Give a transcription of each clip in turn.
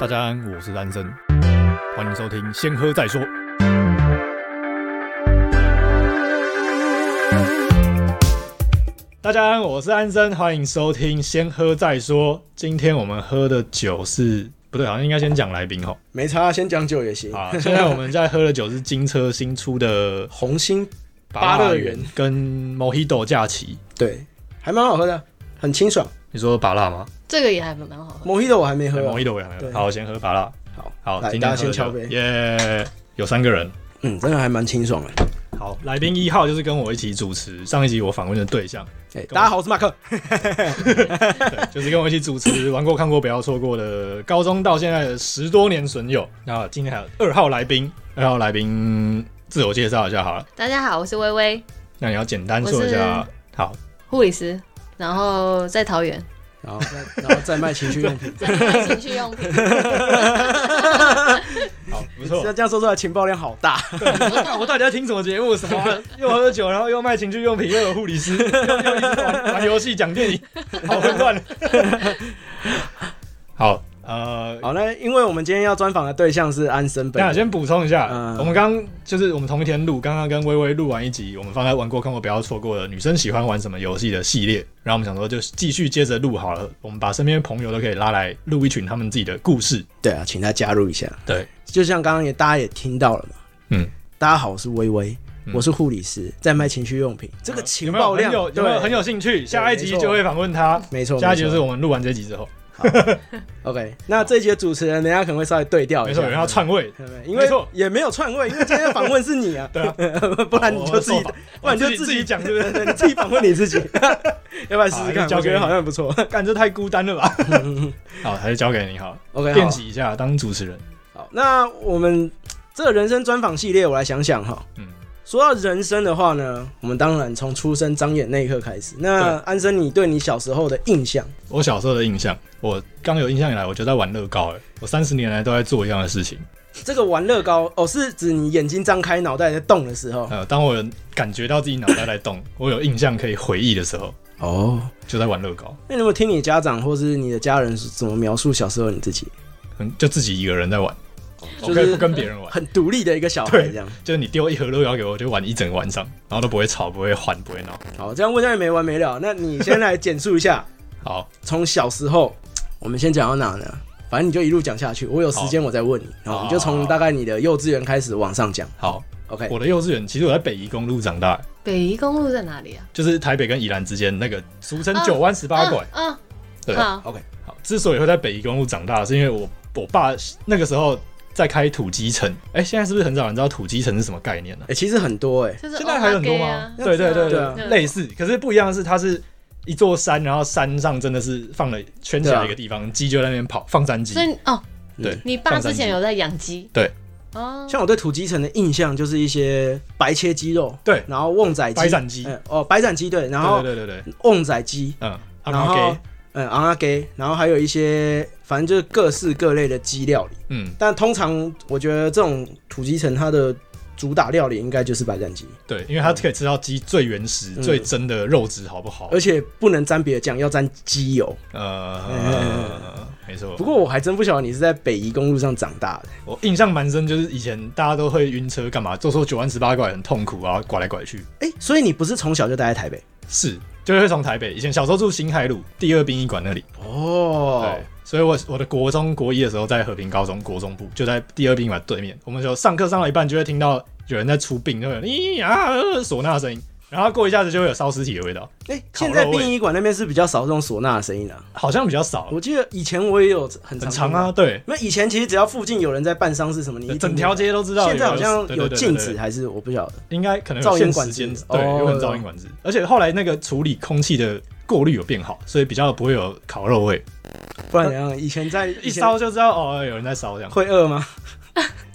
大家好，我是安生，欢迎收听《先喝再说》。大家好，我是安生，欢迎收听《先喝再说》。今天我们喝的酒是不对，好像应该先讲来宾吼。哦没差，先讲酒也行。 啊，现在我们在喝的酒是金车新出的红星八八乐乐园园跟 Mojito 假期。对，还蛮好喝的，很清爽。你说巴辣吗？这个也还蛮好喝。摩希的我还没喝对哦， ，Mojito 我也还没有对好，先喝巴辣。好，好，来今天大家先喝敲酒杯。耶！有三个人。嗯，真的还蛮清爽的。好，来宾一号就是跟我一起主持上一集我访问的对 象，哎、大家好，我是马克。对，就是跟我一起主持玩过看过不要错过的高中到现在的十多年损友。那今天还有二号来宾，二号来宾自我介绍一下好了，大家好，我是微微那你要简单说一下我。好，护理师，然后在桃园，然后再，然后再卖情趣用 品，在卖情趣用品，好，不错啊这。这样说出来情报量好大。 我到底在听什么节目？什么啊 又喝酒，然后又卖情趣用品，又有护理 师，又又一直玩玩游戏、讲电影，好混 乱。好，呃，好，那因为我们今天要专访的对象是安生本那人，先补充一下，嗯我们刚刚就是我们同一天录，刚刚跟微微录完一集，我们放在玩过看过不要错过的女生喜欢玩什么游戏的系列，然后我们想说就继续接着录好了，我们把身边的朋友都可以拉来录一群他们自己的故事。对啊，请他加入一下。对，就像刚刚也大家也听到了嘛，嗯，大家好，我是微微，嗯我是护理师，在卖情趣用品，这个情有没有报很量有有没有很有，有兴趣？下一没集错就会访问他。没错，下一集就没是错我们录完这集之后， OK。那这一节主持人等一下可能会稍微对调没一下，错，有人要篡位，对不对因没为错也没有篡位，因为今天访问是你啊， 对啊， 哦不然你就自己我， 不然你就自己自自己己讲，对不对？ 对你自己访问你自己， 要不然试试好看，交我给觉你得好像不错。 干这太孤单了吧？好，还是交给你好了， OK，练好，习一下当主持人。好，那我们这个人生专访系列，我来想想哈。嗯，说到人生的话呢，我们当然从出生张眼那一刻开始。那安生，你对你小时候的印象？我小时候的印象，我刚有印象以来，我就在玩乐高了。欸我三十年来都在做一样的事情。这个玩乐高哦，是指你眼睛张开、脑袋在动的时候呃，当我感觉到自己脑袋在 动，我有印象可以回忆的时候，哦。就在玩乐高，那你有没有听你家长或是你的家人是怎么描述小时候你自己？嗯，就自己一个人在玩，就我可以是不跟别人玩。很独立的一个小孩对这样。就是你丢一盒乐高给我，我就玩一整个晚上，然后都不会吵，不会喊，不会闹。好，这样问下去没完没了。那你先来简述 一下，好，从小时候，我们先讲到哪呢？反正你就一路讲下去，我有时间我再问你。好然后你就从大概你的幼稚园开始往上讲。好， OK，我的幼稚园其实我在北宜公路长大， 北宜公路在哪里啊？就是台北跟宜兰之间那个俗称啊九弯十八拐。嗯，对嗯，好，好，之所以会在北宜公路长大，是因为我我爸那个时候在开土鸡城。哎、现在是不是很少人知道土鸡城是什么概念呢、哎、其实很多哎、就是哦现在还有很多吗？对对对对对啊，对类似，可是不一样的是，它是一座山，然后山上真的是放了圈起对来啊一个地方，鸡、就在那边跑，放山鸡所。以哦，对，你爸之前有在养鸡？对，哦，嗯像我对土鸡城的印象就是一些白切鸡肉，对然后旺仔鸡，白斩鸡嗯哦，白斩鸡对，然后对对对对对，旺仔鸡，嗯，啊然后给嗯昂阿给，然后还有一些反正就是各式各类的鸡料理。嗯，但通常我觉得这种土鸡城它的主打料理应该就是白斩鸡，对，因为它可以吃到鸡最原始、嗯最真的肉质，好不好？而且不能沾别的酱，要沾鸡油。呃，没错。不过我还真不晓得你是在北宜公路上长大的。我印象蛮深，就是以前大家都会晕车，干嘛？坐说九弯十八拐很痛苦啊，拐来拐去。哎、所以你不是从小就待在台北？是，就会从台北，以前小时候住新海路第二殡仪馆那里。哦对，，所以我我的国中国一的时候在和平高中国中部，就在第二宾馆对面。我们就上课上到一半，就会听到有人在出殡，就会有咦啊呃唢呐的声音，然后过一下子就会有烧尸体的味道，哎、烤现肉在味殡仪馆那边是比较少这种唢呐的声音了、好像比较少，我记得以前我也有很很常长听到啊，。对，那以前其实只要附近有人在办丧事什么，你一定整条街都知道有现人。在好像对有禁，对对止，对还是我不晓得。应该可能有限时间，噪音管制对，哦有很噪音管制，而且后来那个处理空气的。过滤有变好，所以比较不会有烤肉味，不然怎样？以前在一以前烧就知道哦，有人在烧这样。会饿吗？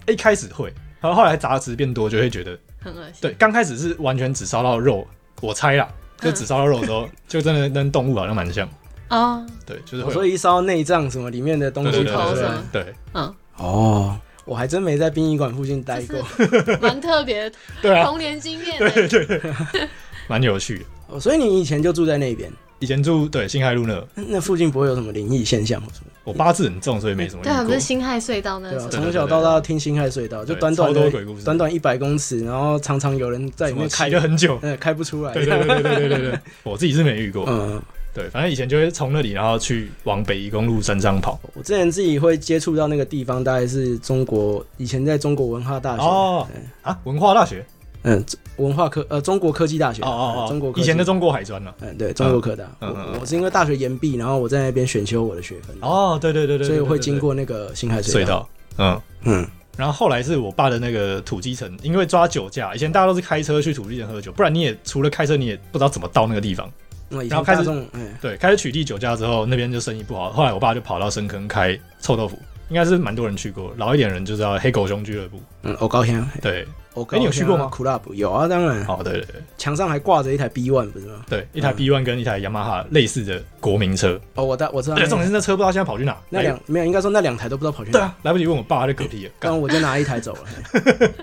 一开始会，然后后来杂质变多，就会觉得很恶心。对，刚开始是完全只烧到肉，我猜啦，就只烧到肉的时候，就真的跟动物好像蛮像，哦，对，就是会有所以一烧内脏什么里面的东对对西对对跑出对头来上。对 嗯，哦，我还真没在殡仪馆附近待过。蛮特别的对啊，童年经验欸。蛮有趣的。哦所以你以前就住在那边？以前住对新海路那，那附近不会有什么灵异现象或什么？我八字很重，所以没什么遇对啊，不过是。辛亥隧道那对啊，个什对么，从小到大听辛亥隧道，就对短短超多的鬼故事短短一百公尺，然后常常有人在里什么面骑开了，很久。呃，开不出来。对对对对对对对对，我自己是没遇过。嗯，对，反正以前就会从那里，然后去往北宜公路山上跑。我之前自己会接触到那个地方，大概是中国以前在中国文化大学，哦啊，文化大学。嗯，文化科呃中国科技大学，哦哦呃哦，中国科技以前的中国海专啊了。嗯，对，中国科大。嗯嗯嗯我我是因为大学延毕，然后我在那边选修我的学分，哦，对对对对，嗯所以对我会经。过啊那个辛亥对对隧隧。道，嗯。嗯，然后后来是我爸的那个土鸡城，因为抓酒驾，以前大家都是开车去土鸡城喝酒，不然你也除了开车，你也不知道怎么到那个地方。那以然前后开始大众，哎，对，开始取缔酒驾之后，那边就生意不好。后来我爸就跑到深坑开臭豆腐，应该是蛮多人去过，老一点人就知道黑狗熊俱乐部。嗯，我高香，对，我高哎你有去过吗？Club 有啊，当然，好，对对对墙上还挂着一台 B One 不是吗？对，一台 B One 跟一台雅马哈类似的国民车，哦，我大我知道而且，重点是那车不知道现在跑去哪，那来两没有，应该说那两台都不知道跑去哎对哪，啊，来不及问我爸他就嗝屁了，干刚刚我就拿一台走了，嘿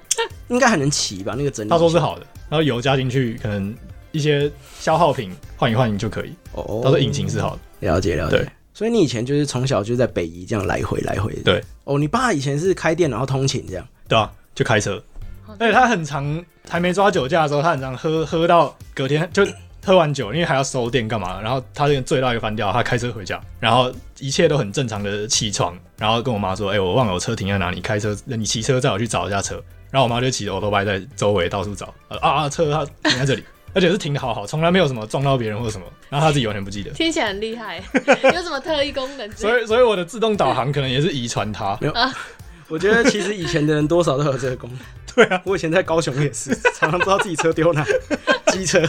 应该还能骑吧？那个整理，他说是好的，然后油加进去可能一些消耗品换一换就可以，哦哦，他说引擎是好的，了解了解对。所以你以前就是从小就在北宜这样来回来回的。对。哦，你爸以前是开店然后通勤这样。对啊，就开车，哦而且他很常还没抓酒驾的时候，他很常喝喝到隔天就喝完酒，因为还要收店干嘛，然后他这个醉到一个翻掉，他开车回家，然后一切都很正常的起床，然后跟我妈说：“哎、我忘了我车停在哪里，开车你骑车载我去找一下车。”然后我妈就骑着欧多拜在周围到处找，呃啊啊车它停在这里，而且是停的好好，从来没有什么撞到别人或什么，然后他自己完全不记得。听起来很 厉害，有什么特异功能之类的？所以，所以我的自动导航可能也是遗传他。我觉得其实以前的人多少都有这个 功能。对啊，我以前在高雄也是，常常不知道自己车丢哪，机车。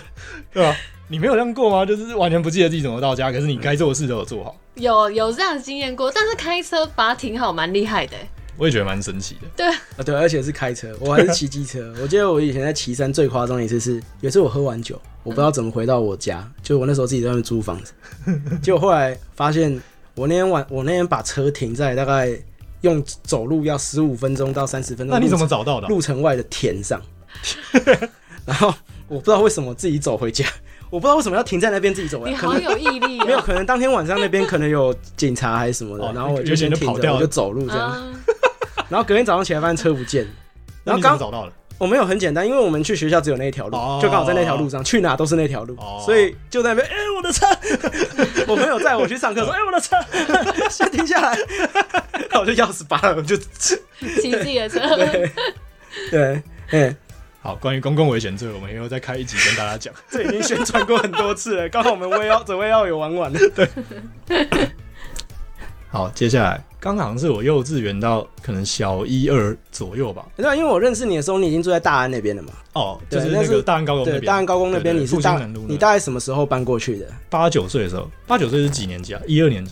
对吧、你没有这样过吗？就是完全不记得自己怎么到家，可是你该做的事都有做好，有有这样的经验过，但是开车把它停好蛮厉害的欸。我也觉得蛮神奇的。啊，对，而且是开车，我还是骑 机车。我记得我以前在岐山最夸张的一次是，有一次我喝完酒，我不知道怎么回到我家，就我那时候自己在外面租 房子，结果后来发现我那天晚，我那天把车停在大概用走路要十五分钟到三十分钟，那你怎么找到的啊、路程外的田上， 然后我不知道为什么自己走回家，我不知道为什么要停在那边自己走回你来，可好能有毅力没有，哦！可能当天晚上那边可能有警察还是什么的，哦然后我有就些先人就停跑着，掉我了就走路这样，啊，然后隔天早上起来发现车不见了，那然你怎后么刚找到的？我哦没有很简单，因为我们去学校只有那一条路哦，就刚好在那条路上，去哪都是那条路哦，所以就在那边，哎，我的车， 我朋友载我去上课说，哎，我的车， 先停下来，那我就钥匙拔了，我就骑自己的车，对，哎，好，关于公共危险罪，我们以后再开一集跟大家讲。这已经宣传过很多次了，刚 好我们我也要准备要有玩完了， 好，接下来刚好像是我幼稚园到可能小一二左右吧。对啊，因为我认识你的时候，你已经住在大安那边了嘛，哦，就对是那那个是大安高工那对，边，大安高工那边对对你是复兴大南路，那你大概什么时候搬过去的？八九岁的时候，八九岁是几年级啊？一二年级，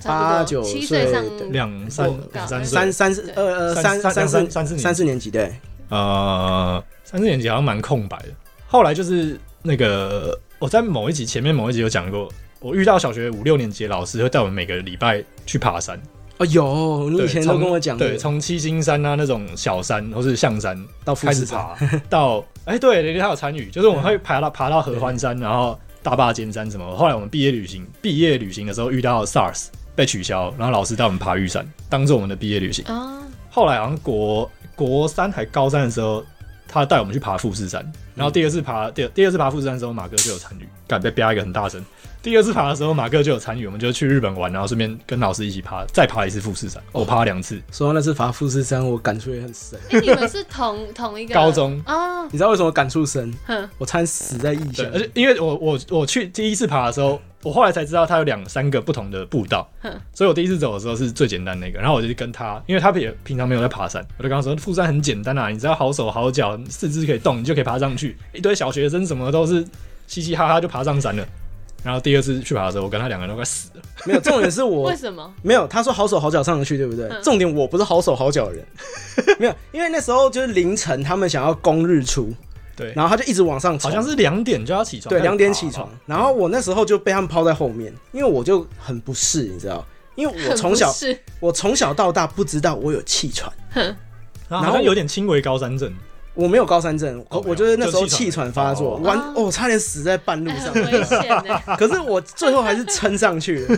差八不多九七岁岁上对两三两嗯三岁，三三四对二呃三三三三两三三四年四级三四年级对，呃，三四年级好像蛮空白的。后来就是那个，我在某一集前面某一集有讲过，我遇到小学五六年级的老师会带我们每个礼拜去爬山。哦有，你对以前都从跟我讲过对，从七星山啊那种小山或是象山到富开士始山，爬， 嗯到哎、对，雷雷他有参与，就是我们会爬到爬到合欢山，然后大坝尖山什么。后来我们毕业旅行，毕业旅行的时候遇到 SARS 被取消，然后老师带我们爬玉山，当做我们的毕业旅行。啊，后来好像国国三还高三的时候，他带我们去爬富士山，然后第二次爬第二第二次爬富士山的时候，马哥就有参与，敢被啪一个很大声。第二次爬的时候，马哥就有参与，我们就去日本玩，然后顺便跟老师一起爬，再爬一次富士山。我爬了两次，说到那次爬富士山，我感触也很深。哎，你们是 同同一个高中啊？你知道为什么感触深？哼，我差点死在异对，乡而。且因为我我我去第一次爬的时候，我后来才知道它有两三个不同的步道哼，所以我第一次走的时候是最简单那个，然后我就跟他，因为他也平常没有在爬山，我就跟他说富山很简单啊，你只要好手好脚，四肢可以动，你就可以爬上去。一堆小学生什么都是嘻嘻哈哈就爬上山了。然后第二次去爬的时候，我跟他两个人都快死了，没有，重点是我 为什么？没有。他说好手好脚上得去，对不对？嗯重点我不是好手好脚的 人，没有，因为那时候就是凌晨，他们想要攻日出，对，然后他就一直往上冲，好像是两点就要起床，对开始两点爬起床吧，然后我那时候就被他们抛在后面，因为我就很不适，你知道。因为我从小很不，是我从小到大不知道我有气喘，然后好像有点轻微高山症，我没有高山症，哦我没有我就是那时候就气气喘喘发作，哦完啊哦，差点死在半路哎上很。危险 呢。 可是我最后还是撑上去了。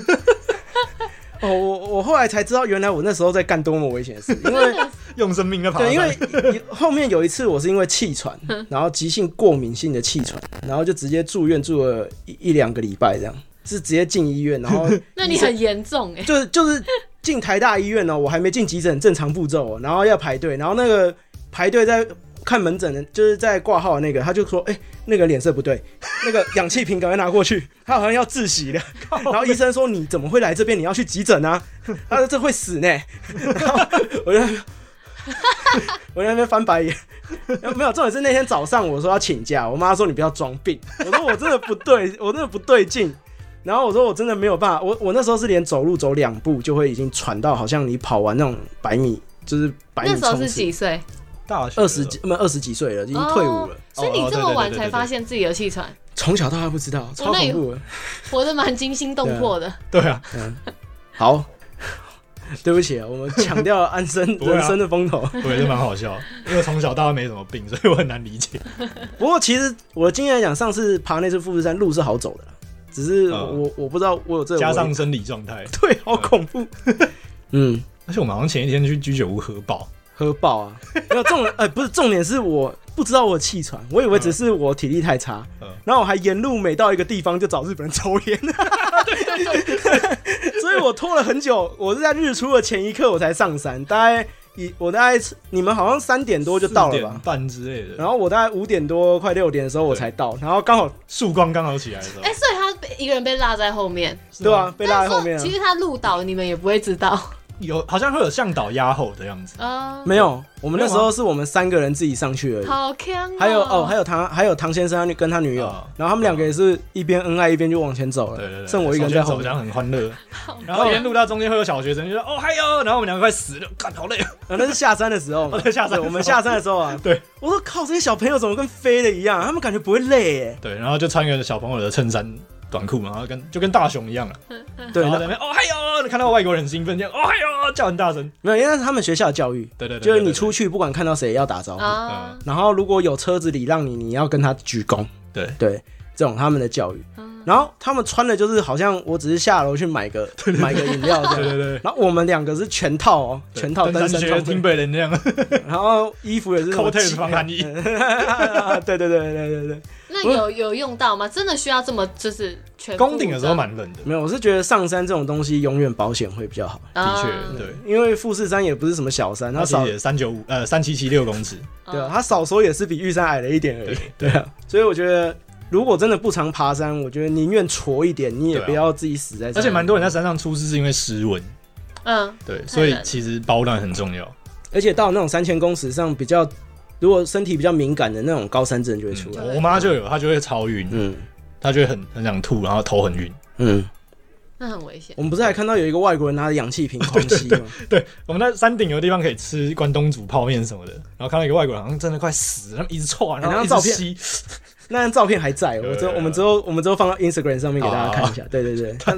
哦，我我后来才知道，原来我那时候在干多么危险的事，因为用生命在爬山。对，因为有后面有一次我是因为气喘，然后急性过敏性的气喘，然后就直接住院住了一一两个礼拜，这样是直接进医院，然后那你很严重哎，就是就是进台大医院哦呢、我还没进急诊，正常步骤、哦，然后要排队，然后那个排队在看门诊的，就是在挂号的那个，他就说，哎、那个脸色不对， 那个氧气瓶赶快拿过去，他好像要窒息了。然后医生说，你怎么会来这边？你要去急诊啊？他说这会死呢。 然后我就在那边。 我在那边翻白眼，没有重点是那天早上我说要请假，我妈说你不要装病，我说我真的不对， 我真的不对劲，然后我说我真的没有办法，我我那时候是连走路走两步就会已经喘到，好像你跑完那种百米，就是百米那时候冲是刺几，岁？大学二十几，没有二十几岁了，已经退伍了哦。所以你哦这哦对对么对晚对才对发现自己有气喘，从、小到大不知道，超那恐也怖的。活得蛮惊心动魄的。对啊，好， 对不起，啊，我们抢掉了安生不会啊人生的风头。我也是蛮好笑，因为从小到大没什么病，所以我很难理解。不过其实我的经验来讲，上次爬那次富士山路是好走的啦，只是嗯我我不知道我有这个加上危生理状态，啊对，好恐怖。 嗯，而且我们好像前一天去居酒屋喝爆，喝爆啊！没有重， 呃，不是重点是我不知道我有气喘，我以为只是我体力太 差，嗯然后我还沿路每到一个地方就找日本人抽烟， 所以我拖了很久，我是在日出的前一刻我才上山，大概一我大概你们好像三点多就到4了点吧，半之类的，然后我大概五点多快六点的时候我才到，然后刚好曙光刚好起来的时候哎，，所以他被一个人被落在后面，是对吗啊，被拉在后面但了是其，实他路倒你们也不会知道有好像会有向导压后的样子，啊。没有，我们那时没有候是我们三个人自己上去而已。好强、还有哦，还有有唐，还有唐先生他女跟他女友啊，然后他们两个也是一边恩爱一边就往前走对对了，对，剩我一个人在后手面。讲很欢乐，好然后沿路到中间会有小学生就说哦嗨哟，然后我们两个快死了，干好累哦，啊那是下山的时候嘛 哦，对下山的时候对我们下山的时候啊，对，我说靠，这些小朋友怎么跟飞的一样？他们感觉不会累耶。对，然后就穿个小朋友的衬衫。短裤嘛，然后跟就跟大雄一样了，啊对，然后在那那边哦嗨哟，看到外国人很兴奋，这样哦嗨哟叫很大声，没有，因为那是他们学校的教育，对对对，就是对你出，去不管看到谁要打招呼，啊，然后如果有车子礼让你，你要跟他鞠躬。对对对，这种他们的教育。然后他们穿的就是好像我只是下楼去买个买个饮料这对对样。对对， 然后我们两个是全套哦，对全套登登山山学装听 备，北人那样，然后衣服也是什么 Coattail 漆 防寒衣对对对对对对对，那有有用到吗？真的需要这么就是全攻顶的时候买蛮冷的，没有，我是觉得上山这种东西永远保险会比较好，的确，对，因为富士山也不是什么小山，它它其实少也三九五呃三七七六公尺，对啊，它少说也是比玉山矮了一点而已，对啊，所以我觉得如果真的不常爬山，我觉得宁愿矬一点，你也对啊不要自己死在山而上，且蛮多人在山上出事是因为湿温，嗯，对，太所以冷其实保暖很重要。而且到那种三千公尺上比较，如果身体比较敏感的那种高山症就会出来，嗯我妈就有，她就会超晕，嗯她就会很很想吐，然后头很晕。嗯，那很危险。我们不是还看到有一个外国人拿着氧气瓶狂吸吗？对，我们在山顶有地方可以吃关东煮泡面什么的，然后看到一个外国人好像真的快死了，他们一直窜，然哎后那一张直吸，那张照片还在，有我之有有后我们之后我们之后放到 Instagram 上面给大家看一哦下。对对 对，啊、他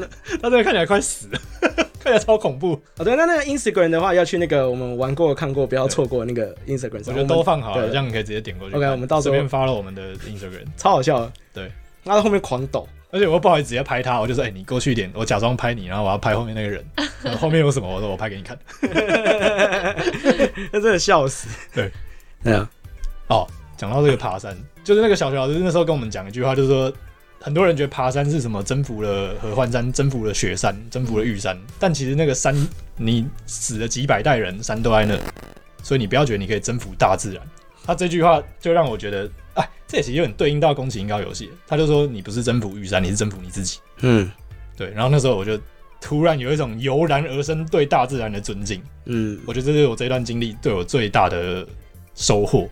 真的看起来快死了， 看起来超恐怖。哦对，那那个 Instagram 的话，要去那个我们玩过看过，不要错过那个 Instagram 我上。觉得都放好了，对这样可以直接点过去看。 OK，我们到时随候便发了我们的 Instagram，超好笑的。对，他在后面狂抖， 而且我又不好意思直接拍他，我就说：“哎、你过去一点，我假装拍你，然后我要拍后面那个 人，然后后面有什么，我说我拍给你看。”那真的笑死。对，对啊，哦，讲到这个爬山，就是那个小学老师那时候跟我们讲一句话，就是说很多人觉得爬山是什么征服了合欢山、征服了雪山、征服了玉山，但其实那个山你死了几百代人，山都在那，所以你不要觉得你可以征服大自然。他这句话就让我觉得，哎，这也其实有点对应到宫崎英高游戏，他就说你不是征服玉山，你是征服你自己。嗯对，然后那时候我就突然有一种油然而生对大自然的尊敬。嗯，我觉得这是我这段经历对我最大的收获。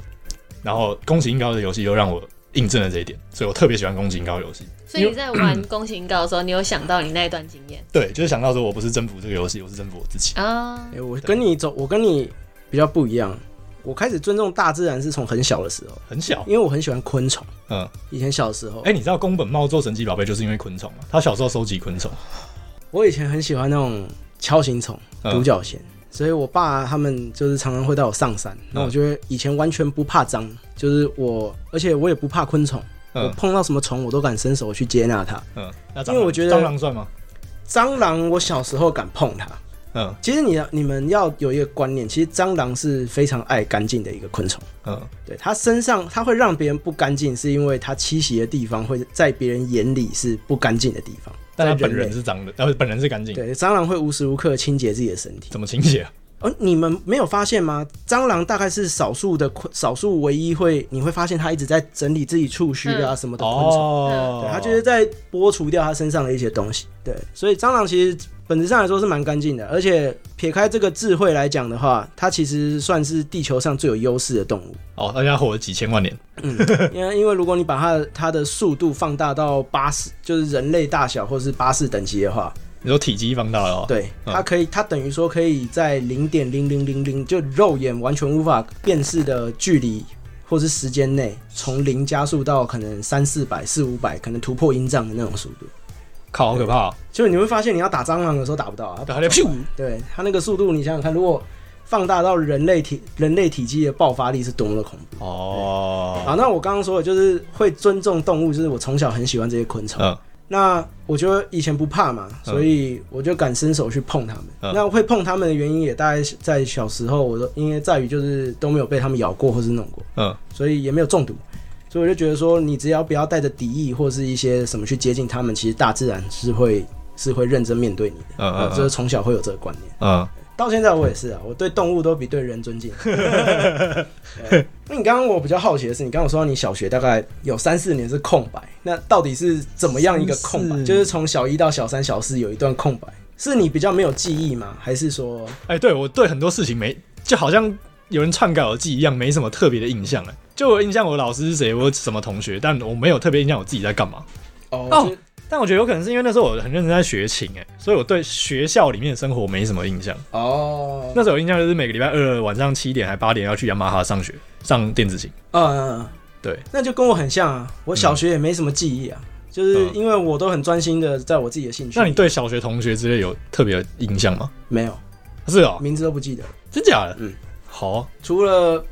然后《宫崎英高》的游戏又让我印证了这一点，所以我特别喜欢《宫崎英高》游戏。所以你在玩宫崎英高的时候，你有想到你那一段经验对，就是想到说我不是征服这个游戏，我是征服我自己。啊哎、？我跟你走，我跟你比较不一样。我开始尊重大自然是从很小的时候，很小，因为我很喜欢昆虫。嗯，以前小时候，哎、你知道宫本茂做神奇宝贝就是因为昆虫吗？他小时候收集昆虫，我以前很喜欢那种锹形虫、嗯独角仙，所以我爸他们就是常常会带我上山，嗯那我就会以前完全不怕脏，就是我，而且我也不怕昆虫，我嗯碰到什么虫我都敢伸手去接纳它。嗯，那因为我觉得蟑螂算吗？蟑螂我小时候敢碰它，嗯其实你要你们要有一个观念，其实蟑螂是非常爱干净的一个昆虫，嗯对它身上它会让别人不干净，是因为它栖息的地方会在别人眼里是不干净的地方，但他在本类人是脏的，呃，本人是干净，对蟑螂会无时无刻清洁自己的身体。怎么清洁啊？而哦你们没有发现吗？蟑螂大概是少数的昆，少数唯一会你会发现它一直在整理自己触须啊什么的昆虫，嗯哦对，它就是在剥除掉它身上的一些东西。对，所以蟑螂其实本质上来说是蛮干净的，而且撇开这个智慧来讲的话，它其实算是地球上最有优势的动物。哦，大家活了几千万年，因为因为如果你把它它的速度放大到巴士，就是人类大小或是巴士等级的话，你说体积放大了哦，对，嗯它可以，它等于说可以在零点零零零零，就肉眼完全无法辨识的距离或是时间内，从零加速到可能三四百、四五百，可能突破音障的那种速度。靠，好可怕哦，就你会发现，你要打蟑螂的时候打不到啊，对，它就咻，对它那个速度，你想想看，如果放大到人类体人类体积的爆发力是多么的恐怖。哦，好，那我刚刚说的就是会尊重动物，就是我从小很喜欢这些昆虫。嗯那我就以前不怕嘛，嗯所以我就敢伸手去碰它们。嗯那会碰它们的原因也大概是在小时候，我都因为在于就是都没有被它们咬过或是弄过，嗯所以也没有中毒。所以我就觉得说，你只要不要带着敌意或是一些什么去接近它们，其实大自然是会是会认真面对你的。嗯嗯呃就是从小会有这个观念，嗯，到现在我也是啊，我对动物都比对人尊 敬。对那你刚刚我比较好奇的是，你刚刚有说到你小学大概有三四年是空白，那到底是怎么样一个空三白？四就是从小一到小三、小四有一段空白，是你比较没有记忆吗？还是说，哎，对我对很多事情没，就好像有人篡改我的记忆一样，没什么特别的印象哎。就我印象，我老师是谁，我什么同学，但我没有特别印象我自己在干嘛。哦，哦就但我觉得有可能是因为那时候我很认真在学琴，哎，所以我对学校里面的生活没什么印象。哦，那时候有印象就是每个礼拜二晚上七点还八点要去雅马哈上学上电子琴，嗯，对，那就跟我很像啊，我小学也没什么记忆啊，就是因为我都很专心的在我自己的兴趣。那你对小学同学之类有特别的印象吗？没有是哦，名字都不记得，真假的？嗯，好啊，除了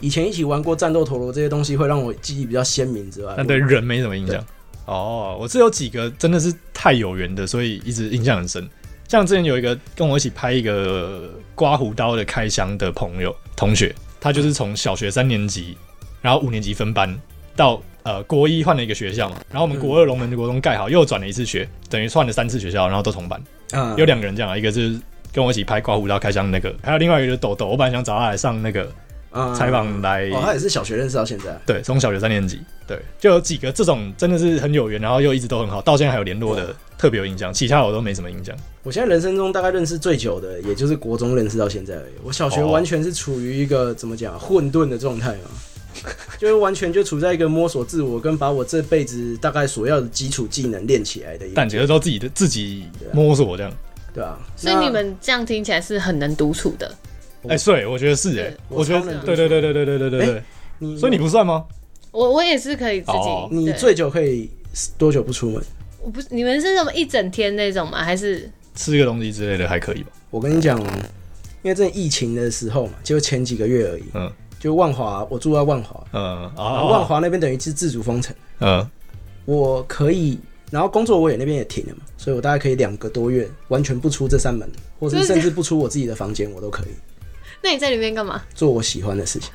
以前一起玩过战斗陀螺这些东西会让我记忆比较鲜明之外，但对人没什么印象。哦，我是有几个真的是太有缘的，所以一直印象很深。像之前有一个跟我一起拍一个刮胡刀的开箱的朋友同学，他就是从小学三年级，然后五年级分班到呃国一换了一个学校嘛，然后我们国二龙门国中盖好，又转了一次学，等于换了三次学校，然后都同班。嗯有两个人这样啊，一个就是跟我一起拍刮胡刀开箱那个，还有另外一个就是豆豆。我本来想找他来上那个嗯采访来，哦，他也是小学认识到现在，对，从小学三年级，对，就有几个这种真的是很有缘，然后又一直都很好，到现在还有联络的，特别有印象。其他我都没什么印象。我现在人生中大概认识最久的，也就是国中认识到现在而已。我小学哦完全是处于一个怎么讲混沌的状态嘛， 就是完全就处在一个摸索自我跟把我这辈子大概所要的基础技能练起来的一个但，觉得都自己的自己摸索这样。对啊。所以你们这样听起来是很能独处的。我哎，所以我觉得是哎、对我觉我超得能对对对对对对对对对。那你所以你不算吗？我我也是可以自己。哦你对最久可以多久不出门？我不是你们是什么一整天那种吗？还是吃个东西之类的还可以吧？我跟你讲哦，因为这疫情的时候嘛，就前几个月而已。嗯就万华，我住在万华，嗯啊万啊华那边等于是自主封城。嗯我可以，然后工作我也那边也停了嘛，所以我大概可以两个多月完全不出这扇门，或是真的假甚至不出我自己的房间，我都可以那你在里面干嘛？做我喜欢的事情，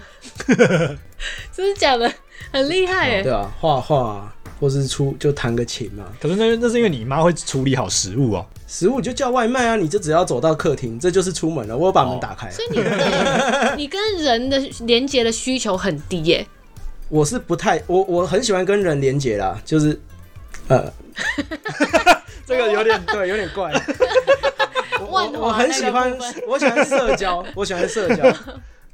真的假的？很厉害哎、对啊，画画、啊，或是出就弹个琴啊，可是那那是因为你妈会处理好食物哦。食物就叫外卖啊，你就只要走到客厅，这就是出门了，我有把门打开。所以你对你跟人的连接的需求很低耶、我是不太，我我很喜欢跟人连接啦，就是， 呃，这个有点对，有点怪。我万华我我很喜那欢个部分， 我喜欢社交，我喜欢社 交，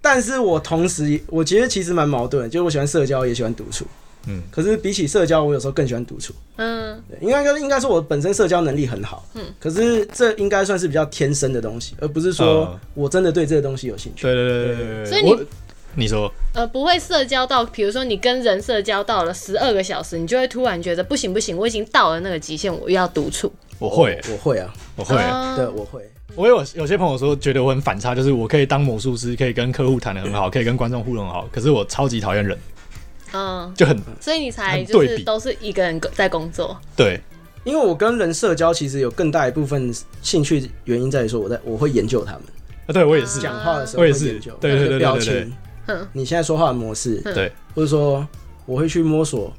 但是我同时，我觉得其实蛮矛盾的，就是我喜欢社交，也喜欢独处。嗯可是比起社交，我有时候更喜欢独处。嗯，对，应该应该说我本身社交能力很好，嗯，可是这应该算是比较天生的东西，而不是说嗯我真的对这个东西有兴趣。对对对对对对。所以你我你说呃，不会社交到，比如说你跟人社交到了十二个小时，你就会突然觉得不行不行，我已经到了那个极限，我又要独处。我会我会啊，我会。啊对，我会。我有有些朋友说觉得我很反差，就是我可以当魔术师，可以跟客户谈的很好，可以跟观众互动很好，可是我超级讨厌人，嗯，就很所以你才很就对是比都是一个人在工作，对因为我跟人社交其实有更大一部分兴趣原因在于说我在我会研究他们啊，对我也是，讲话的时我候会也是研究对对他的对对表对对情，哼，你现在说话的模式，嗯对，或者说我会去摸索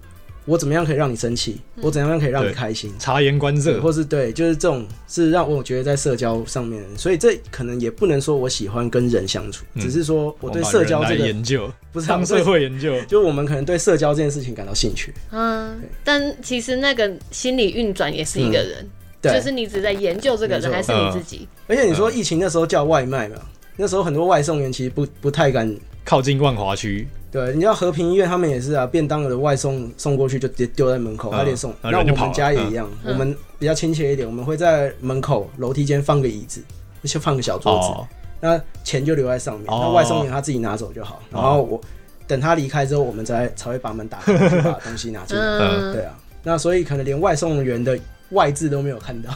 我怎么样可以让你生气，嗯我怎么样可以让你对开心，察言观对，色，或是对，就是这种是让我觉得在社交上面，所以这可能也不能说我喜欢跟人相处，嗯只是说我我对把社人交来这个研究，不是啊当社，会研究，就我们可能对社交这件事情感到兴趣，嗯对，但其实那个心理运转也是一个人，嗯对，就是你只在研究这个人，没还错是你自己？而且你说疫情那时候叫外卖嘛，那时候很多外送员其实不不太敢。靠近万华区，对，你知道和平医院他们也是啊，便当有的外送送过去就直接丢在门嗯口，他连送。嗯那我人就跑们了啊家也一样，嗯我们比较亲切一点，我们会在门口楼梯间放个椅子，就放个小桌子，哦，那钱就留在上面，哦那外送员他自己拿走就好。然后我等他离开之后，我们才才会把门打开，就把东西拿进来。 嗯对啊，那所以可能连外送员的外字都没有 看到。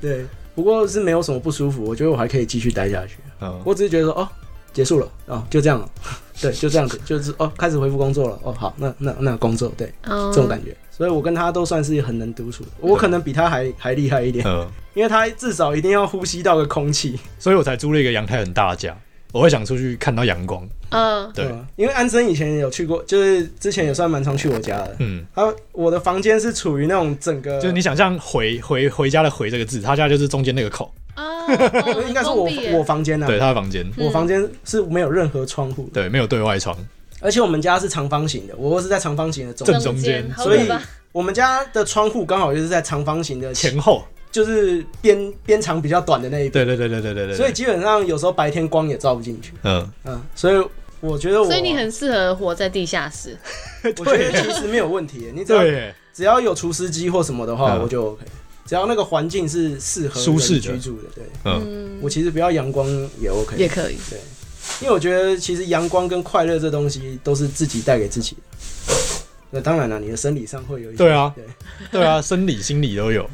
对，不过是没有什么不舒服，我觉得我还可以继续待下去。嗯，我只是觉得说，哦，结束了，哦，就这样了， 对，就这样子，就是哦，开始恢复工作了，哦，好，那那那工作，对，嗯，这种感觉。所以我跟他都算是很能独处的，我可能比他还还厉害 一点，嗯，因为他至少一定要呼吸到个空气。所以我才租了一个阳台很大的家，我会想出去看到阳光，嗯，对嗯，因为安生以前也有去过，就是之前也算蛮常去我家的。嗯，他我的房间是处于那种整个，就是你想象回回回家的回这个字，他家就是中间那个口，啊，我 应该是我我房间啊，对，他的房间，嗯我房间是没有任何窗户的，对，没有对外窗，而且我们家是长方形的，我是在长方形的中间正。中间所所以以我们家的窗户刚好就是在长方形的前后，就是边边长比较短的那一边，对对对对对对对，所以基本上有时候白天光也照不进去。嗯，嗯，所以我觉得我，所以你很适合活在地下室，我觉得其实没有问题耶，你只要对，只要有除湿机或什么的话，嗯我就 OK。只要那个环境是适合舒适人的居住的，对嗯，嗯，我其实不要阳光也 OK，也可以，对，因为我觉得其实阳光跟快乐这东西都是自己带给自己的。那当然了，你的生理上会有一些，对啊对，对啊，生理心理都有，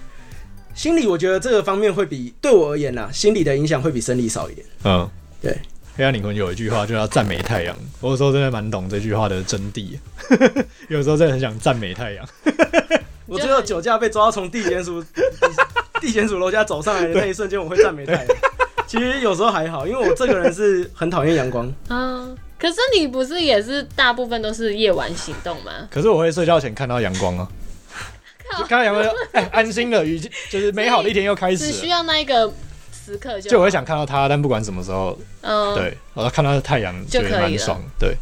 心理我觉得这个方面会比对我而言啦，心理的影响会比生理少一点。嗯，对。黑暗灵魂有一句话就要赞美太阳，我有时候真的蛮懂这句话的真谛， 有时候真的很想赞美太阳。我只有酒驾被抓到从地检 署地检署楼下走上来的那一瞬间，我会赞 美太阳。其实有时候还好，因为我这个人是很讨厌阳光。啊。可是你不是也是大部分都是夜晚行动吗？可是我会睡觉前看到阳光啊，就看到阳光就哎、安心了，已经就是美好的一天又开只需始了。要那一个时刻就就我好会想看到它，但不管什么时候，嗯，对，我看到太阳觉就可以得蛮了爽。对，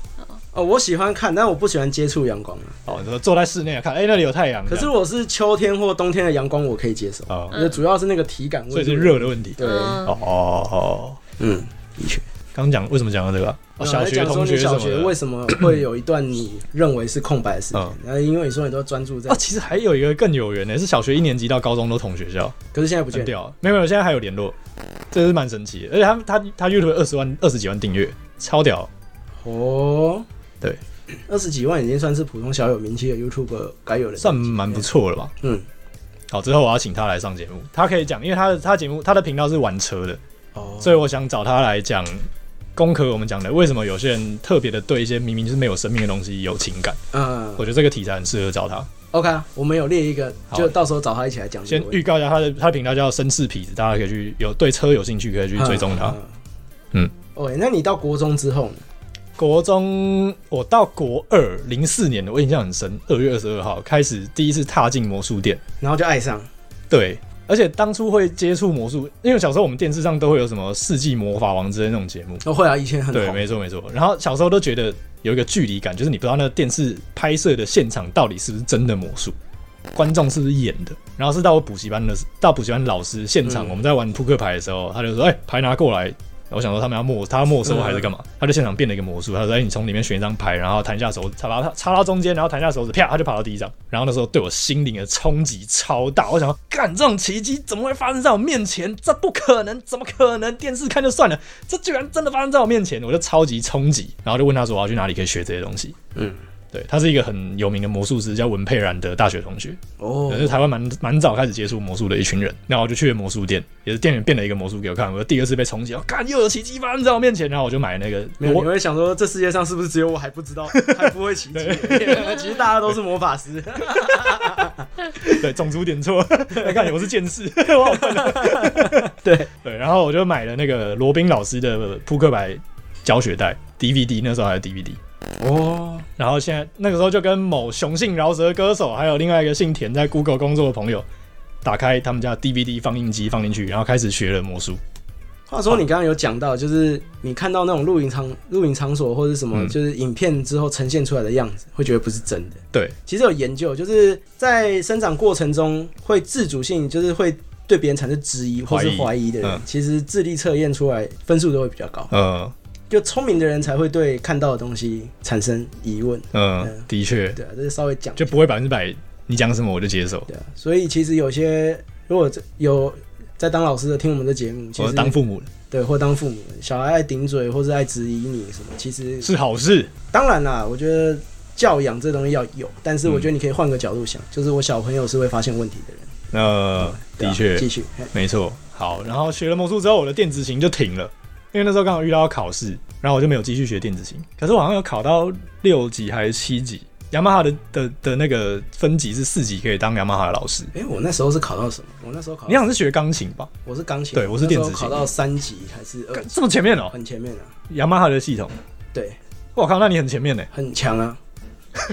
哦，我喜欢看，但我不喜欢接触阳光啊。哦，你说坐在室内看，哎、那里有太阳，可这是嗯样我是秋天或冬天的阳光，我可以接受。哦，那主要是那个体感温度，所以是热的问题。对，嗯哦哦哦，嗯，的确。刚讲为什么讲到这个啊？哦，小还学讲说同学你什么小学为的。什么会有一段你认为是空白的时间嗯？然后因为你说你都专注在啊，，其实还有一个更有缘的，是小学一年级到高中都同学校，可是现在很不见了。屌啊。没有没有，现在还有联络，这是蛮神奇的。而且他他他 YouTube 二十万二十几万订阅，超屌。哦，对，二十几万已经算是普通小有名气的 YouTube 该有的，算蛮不。错了吧？嗯，好，之后我要请他来上节目，他可以讲，因为他的他节目他的频道是玩车的，哦，所以我想找他来讲工科我们讲的为什么有些人特别的对一些明明就是没有生命的东西有情感，嗯我觉得这个题材很适合找他。 ，OK，啊我们有列一个，好就到时候找他一起来讲这先个问题。预告一下他的他的频道叫绅士痞子，大家可以去有对车有兴趣可以去追踪他。嗯。嗯哦，那你到国中之后呢？国中我到国二零四年的，我印象很深，二月二十二号开始第一次踏进魔术店，然后就爱上，对，而且当初会接触魔术，因为小时候我们电视上都会有什么世纪魔法王之类那种节目。哦，会啊，以前很对，红，没错没错。然后小时候都觉得有一个距离感，就是你不知道那个电视拍摄的现场到底是不是真的魔术，观众是不是演的。然后是到我补习班的，到补习班老师现场，嗯我们在玩扑克牌的时候，他就说：“哎、牌拿过来。”我想说他们要没他要没收还是干嘛？他就现场变了一个魔术，他说：“哎、你从里面选一张牌，然后弹一下手，指，把它插到中间，然后弹一下手指，啪，他就跑到第一张。”然后那时候对我心灵的冲击超大，我想说，干这种奇迹怎么会发生在我面前？这不可能，怎么可能？电视看就算了，这居然真的发生在我面前，我就超级冲击，然后就问他说我要去哪里可以学这些东西。嗯，对他是一个很有名的魔术师，叫文佩然的大学同学，哦也是台湾蛮蛮早开始接触魔术的一群人。然后我就去了魔术店，也是店员变了一个魔术给我看，我第二次被冲击，哦，看又有奇迹发生在我面前，然后我就买那个没有，你我会想说这世界上是不是只有我还不知 道，还不会奇迹？ 其实大家都是魔法师。对种族点错，哎来看我是剑士， 我好笨啊对，对，然后我就买了那个罗宾老师的扑克牌教学带 DVD，那时候还有 DVD。哦，然后现在那个时候就跟某雄性饶舌歌手，还有另外一个姓田在 Google 工作的朋友，打开他们家的 DVD 放映机放进去，然后开始学了魔术。话说你刚刚有讲到，就是你看到那种露营场、露营场所或者什么，嗯就是影片之后呈现出来的样子，会觉得不是真的。对，其实有研究，就是在生长过程中会自主性，就是会对别人产生质疑或是怀疑怀疑的人，嗯其实智力测验出来分数都会比较高。呃就聪明的人才会对看到的东西产生疑问。呃嗯，的确对啊，这是稍微讲就不会百分之百你讲什么我就接受。对啊，所以其实有些如果这有在当老师的听我们的节目，其我实当父母对或当父母的，小孩爱顶嘴或是爱质疑你什么，其实是好事，当然啦，我觉得教养这东西要有，但是我觉得你可以换个角度想，就是我小朋友是会发现问题的人。呃，对啊的确继续。嘿没错。好，然后学了魔术之后，我的电子琴就停了，因为那时候刚好遇到考试，然后我就没有继续学电子琴。可是我好像有考到六级还是七级，雅马哈的的的那个分级是四级，可以当雅马哈的老师。哎、我那时候是考到什么？我那时候考到你好像是学钢琴吧？我是钢琴，对我是电子琴那时候考到三级还是二干级，这么前面哦、很前面啊。雅马哈的系统，对，我靠，那你很前面呢、很强啊。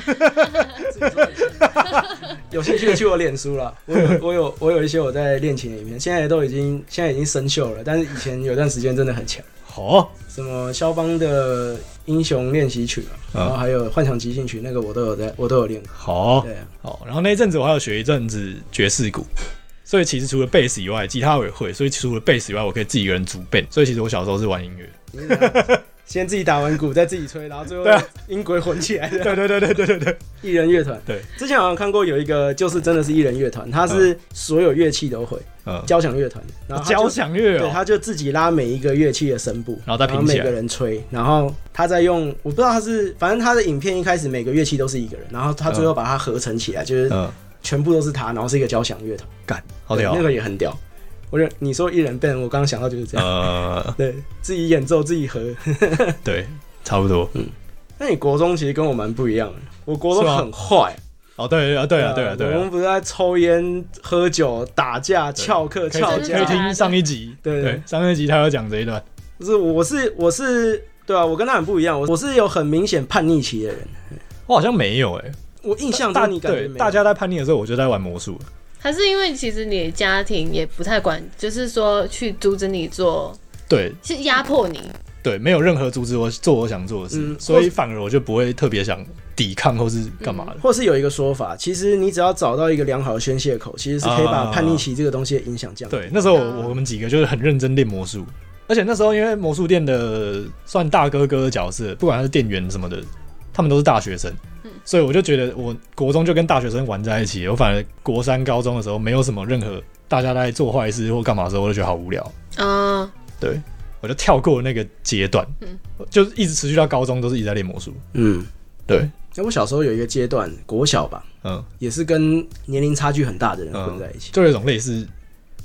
有兴趣的去我脸书啦，我 有我有我有一些我在练琴的影片，现在都已经现在已经生锈了，但是以前有段时间真的很强，哦，什么肖邦的英雄练习曲啊，嗯然后还有幻想即兴曲，那个我都有在我都有练过。好对啊，好。哦然后那一阵子我还有学一阵子爵士鼓，所以其实除了贝斯以外，吉他我也会。所以除了贝斯以外，我可以自己一个人组 band。所以其实我小时候是玩音乐。 你是怎样先自己打完鼓，再自己吹，然后最后对啊音轨混起来的。对对对对对对对，艺人乐团，对，之前好像看过有一个，就是真的是艺人乐团，他是所有乐器都会，嗯，交响乐团，然后他就交响乐对，哦，他就自己拉每一个乐器的声部，然后再拼起每来个人吹，然后他再用，我不知道他是，反正他的影片一开始每个乐器都是一个人，然后他最后把它合成起来，就是嗯，全部都是他，然后是一个交响乐团，干，好屌对哦那。个也很屌。我觉得你说一人 band，我刚刚想到就是这样，呃，对自己演奏自己合。 对，差不多。那你国中其实跟我蛮不一样的，我国是中吗很坏，哦，对啊，对啊，对啊，对呃我啊们。不是在抽烟、喝酒、打架、翘课、可翘以可以家，听上一集，对对对，上一集他有讲这一段，不是我是我是对啊，我跟他很不一样，我我是有很明显叛逆期的人。我好像没有哎，我印象大中你感觉对没有大家在叛逆的时候，我就在玩魔术了，还是因为其实你的家庭也不太管，就是说去阻止你做，对，是压迫你。对，没有任何阻止我做我想做的事，嗯所以反而我就不会特别想抵抗或是干嘛的。或是有一个说法，其实你只要找到一个良好的宣泄口，其实是可以把叛逆期这个东西的影响降低。啊对，那时候啊我我们几个就是很认真练魔术，而且那时候因为魔术店的算大哥哥的角色，不管他是店员什么的，他们都是大学生，所以我就觉得我国中就跟大学生玩在一起，我反而国三高中的时候没有什么任何大家在做坏事或干嘛的时候，我就觉得好无聊，啊、对我就跳过那个阶段，嗯就是一直持续到高中都是一直在练魔术，嗯，对，那我小时候有一个阶段，国小吧，嗯，也是跟年龄差距很大的人混在一起。就有一种类似